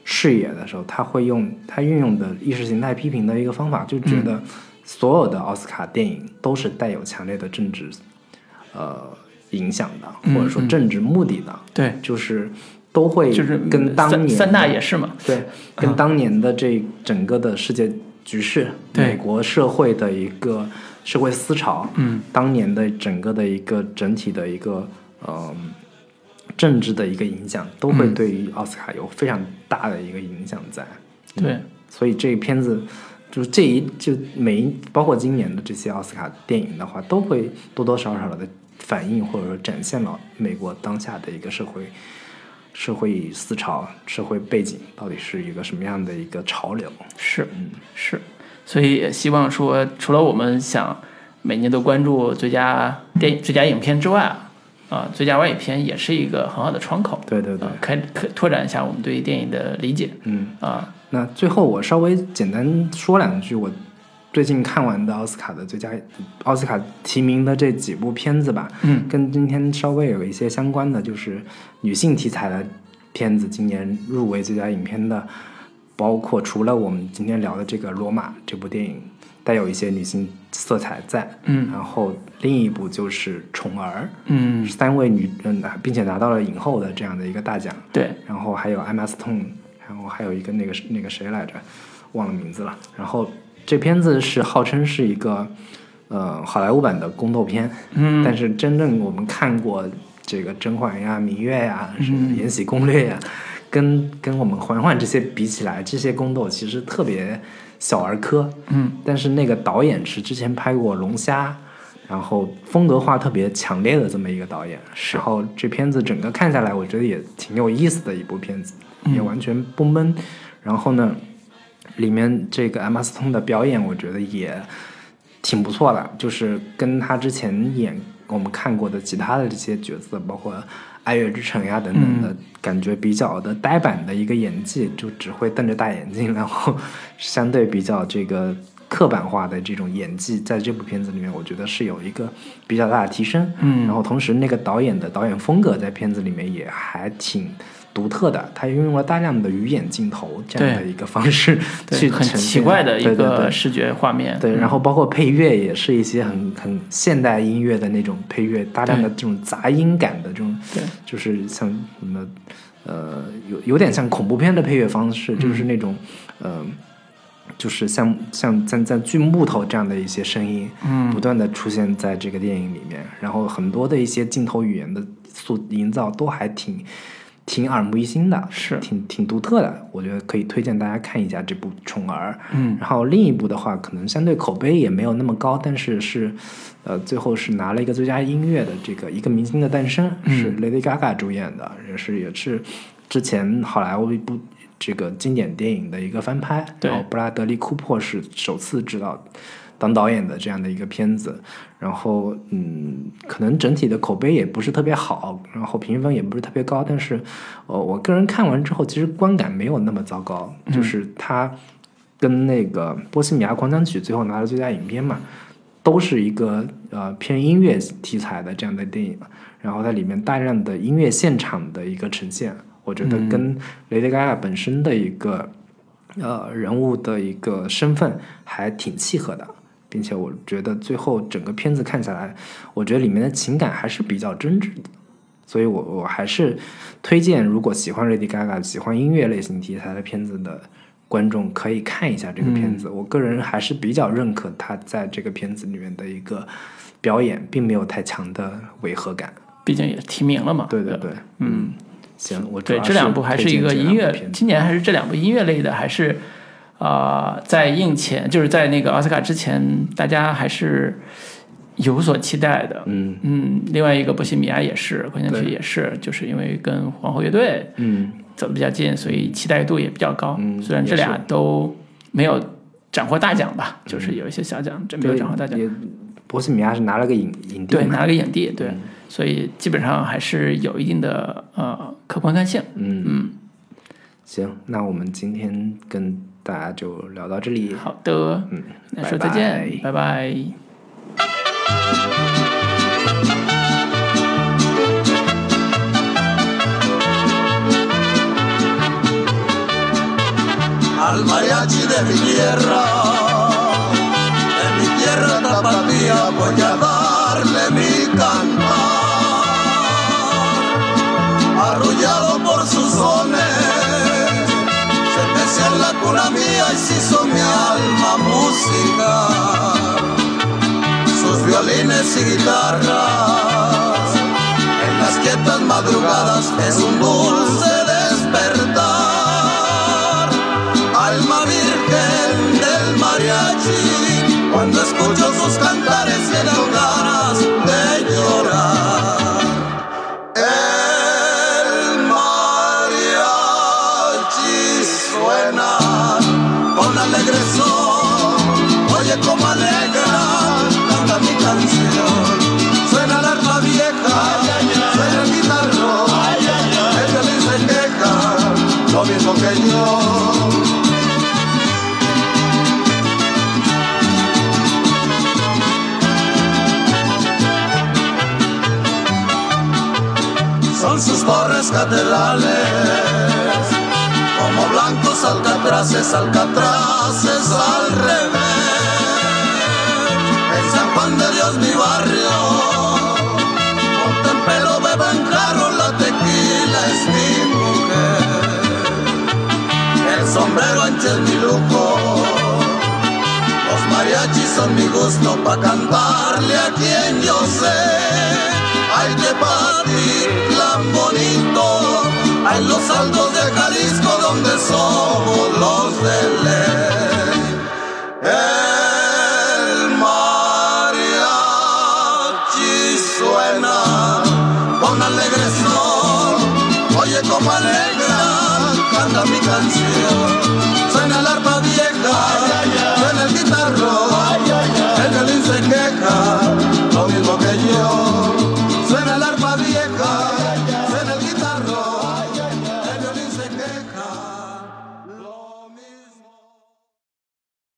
Speaker 2: 视野的时候，他会用他运用的意识形态批评的一个方法，就
Speaker 1: 嗯
Speaker 2: 觉得所有的奥斯卡电影都是带有强烈的政治呃影响的，或者说政治目的的，
Speaker 1: 对，
Speaker 2: 就是都会
Speaker 1: 嗯就是
Speaker 2: 跟当
Speaker 1: 三
Speaker 2: 年
Speaker 1: 三大
Speaker 2: 的
Speaker 1: 也是嘛，
Speaker 2: 对，
Speaker 1: 嗯
Speaker 2: 跟当年的这整个的世界局势，
Speaker 1: 对
Speaker 2: 美国社会的一个社会思潮，
Speaker 1: 嗯，
Speaker 2: 当年的整个的一个整体的一个呃政治的一个影响，都
Speaker 1: 嗯
Speaker 2: 会对于奥斯卡有非常大的一个影响在。嗯
Speaker 1: 对。
Speaker 2: 所以这片子就是这一就每一包括今年的这些奥斯卡电影的话，都会多多少少的反映或者说展现了美国当下的一个社会社会思潮、社会背景到底是一个什么样的一个潮流。
Speaker 1: 是，是，所以也希望说，除了我们想每年都关注最佳电影、最佳影片之外，啊、最佳外语片也是一个很好的窗口，
Speaker 2: 对对对
Speaker 1: 呃，开开拓展一下我们对于电影的理解，
Speaker 2: 嗯
Speaker 1: 啊、
Speaker 2: 那最后我稍微简单说两句我最近看完的奥斯卡的最佳奥斯卡提名的这几部片子吧。
Speaker 1: 嗯，
Speaker 2: 跟今天稍微有一些相关的，就是女性题材的片子，今年入围最佳影片的，包括除了我们今天聊的这个《罗马》这部电影，带有一些女性色彩在，
Speaker 1: 嗯
Speaker 2: 然后另一部就是《宠儿》，
Speaker 1: 嗯，
Speaker 2: 三位女嗯，并且拿到了影后的这样的一个大奖，
Speaker 1: 对，
Speaker 2: 然后还有 Emma Stone，然后还有一个那个那个谁来着，忘了名字了。然后这片子是号称是一个呃好莱坞版的宫斗片，嗯，但是真正我们看过这个《甄嬛》呀、《芈月》呀、是《延禧攻略》呀，跟跟我们《嬛嬛》这些比起来，这些宫斗其实特别小儿科，
Speaker 1: 嗯，
Speaker 2: 但是那个导演是之前拍过《龙虾》。然后风格化特别强烈的这么一个导演，
Speaker 1: 是
Speaker 2: 然后这片子整个看下来，我觉得也挺有意思的一部片子，也完全不闷。然后呢，里面这个 Emma Stone 的表演，我觉得也挺不错的，就是跟她之前演我们看过的其他的这些角色，包括《爱乐之城》呀等等的，感觉比较的呆板的一个演技，就只会瞪着大眼睛，然后相对比较这个刻板化的这种演技，在这部片子里面，我觉得是有一个比较大的提升。嗯，然后同时那个导演的导演风格在片子里面也还挺。独特的，他运用了大量的鱼眼镜头这样的
Speaker 1: 对
Speaker 2: 一个方式 去
Speaker 1: 对，很
Speaker 2: 呈现
Speaker 1: 奇怪的一
Speaker 2: 对对对
Speaker 1: 个视觉画面，
Speaker 2: 对，
Speaker 1: 嗯
Speaker 2: 然后包括配乐也是一些很很现代音乐的那种配乐，大量的这种杂音感的这种，
Speaker 1: 对
Speaker 2: 就是像什么呃，有有点像恐怖片的配乐方式，
Speaker 1: 嗯
Speaker 2: 就是那种呃，就是像像像像锯木头这样的一些声音，
Speaker 1: 嗯
Speaker 2: 不断的出现在这个电影里面，然后很多的一些镜头语言的塑营造都还挺挺耳目一新的，
Speaker 1: 是
Speaker 2: 挺挺独特的，我觉得可以推荐大家看一下这部《宠儿》。
Speaker 1: 嗯，
Speaker 2: 然后另一部的话，可能相对口碑也没有那么高，但是是，呃，最后是拿了一个最佳音乐的这个《一个明星的诞生》，是 Lady Gaga 主演的，也是也是之前好莱坞一部这个经典电影的一个翻拍，
Speaker 1: 对
Speaker 2: 然后布拉德利·库珀是首次执导。当导演的这样的一个片子，然后嗯，可能整体的口碑也不是特别好，然后评分也不是特别高，但是，呃，我个人看完之后，其实观感没有那么糟糕，就是它跟那个《波西米亚狂想曲》最后拿了最佳影片嘛，都是一个呃偏音乐题材的这样的电影，然后它里面大量的音乐现场的一个呈现，我觉得跟雷德盖亚本身的一个、呃人物的一个身份还挺契合的，并且我觉得最后整个片子看下来，我觉得里面的情感还是比较真挚的。所以我我还是推荐，如果喜欢 Lady Gaga、喜欢音乐类型题材的片子的观众，可以看一下这个片
Speaker 1: 嗯
Speaker 2: 子。我个人还是比较认可她在这个片子里面的一个表演，并没有太强的违和感。
Speaker 1: 毕竟也提名了嘛，
Speaker 2: 对对对，嗯，行，我主
Speaker 1: 啊呃对，
Speaker 2: 要
Speaker 1: 这两部还
Speaker 2: 推
Speaker 1: 是
Speaker 2: 荐
Speaker 1: 一个
Speaker 2: 这
Speaker 1: 音
Speaker 2: 两部
Speaker 1: 乐，
Speaker 2: 片子
Speaker 1: 今年还是这两部音乐类的，还是啊、呃在映前，就是在那个奥斯卡之前，大家还是有所期待的。
Speaker 2: 嗯
Speaker 1: 嗯，另外一个《波西米亚》也是，《狂想曲
Speaker 2: 对》
Speaker 1: 也是，就是因为跟皇后乐队
Speaker 2: 嗯
Speaker 1: 走的比较近，所以期待度也比较高。
Speaker 2: 嗯
Speaker 1: 虽然这
Speaker 2: 也是嗯
Speaker 1: 俩都没有斩获大奖吧，就是有一些小奖，真没有
Speaker 2: 对
Speaker 1: 斩获大奖。
Speaker 2: 也波西米亚是拿了个影影帝
Speaker 1: 对，
Speaker 2: 嘛，嗯
Speaker 1: 拿了个影帝，对，所以基本上还是有一定的呃可观看性。
Speaker 2: 嗯嗯，行，那我们今天跟大家就聊到这里，
Speaker 1: 好的，
Speaker 2: 嗯，
Speaker 1: 那说再见，拜拜
Speaker 4: al mariachi de mi tierra. En mi tierra tapatía voy a darle mi cantar. Arrullado por sus sones, se mece en la cuna mía y se hizo mi alma musical. Sus violines y guitarras, en las quietas madrugadas es un dulce despertar alma virgen del mariachi, cuando escucho sus cantares tiene ganas de llorar. El mariachi suena con alegre son, oye como alegra, canta mi canción, suena el arma vieja, suena el guitarro, el violín se queja, lo mismo que yo. son sus torres catedrales, como blancos alcatraces, alcatraces al revés. En San Juan de Dios mi barrio, contempelo, beben claro, la tequila es mi mujer. El sombrero ancho es mi lujo, los mariachis son mi gusto pa' cantarle a quien yo sé. Ay, qué ti tan bonito. Ay, los altos de Jalisco donde somos los de ley.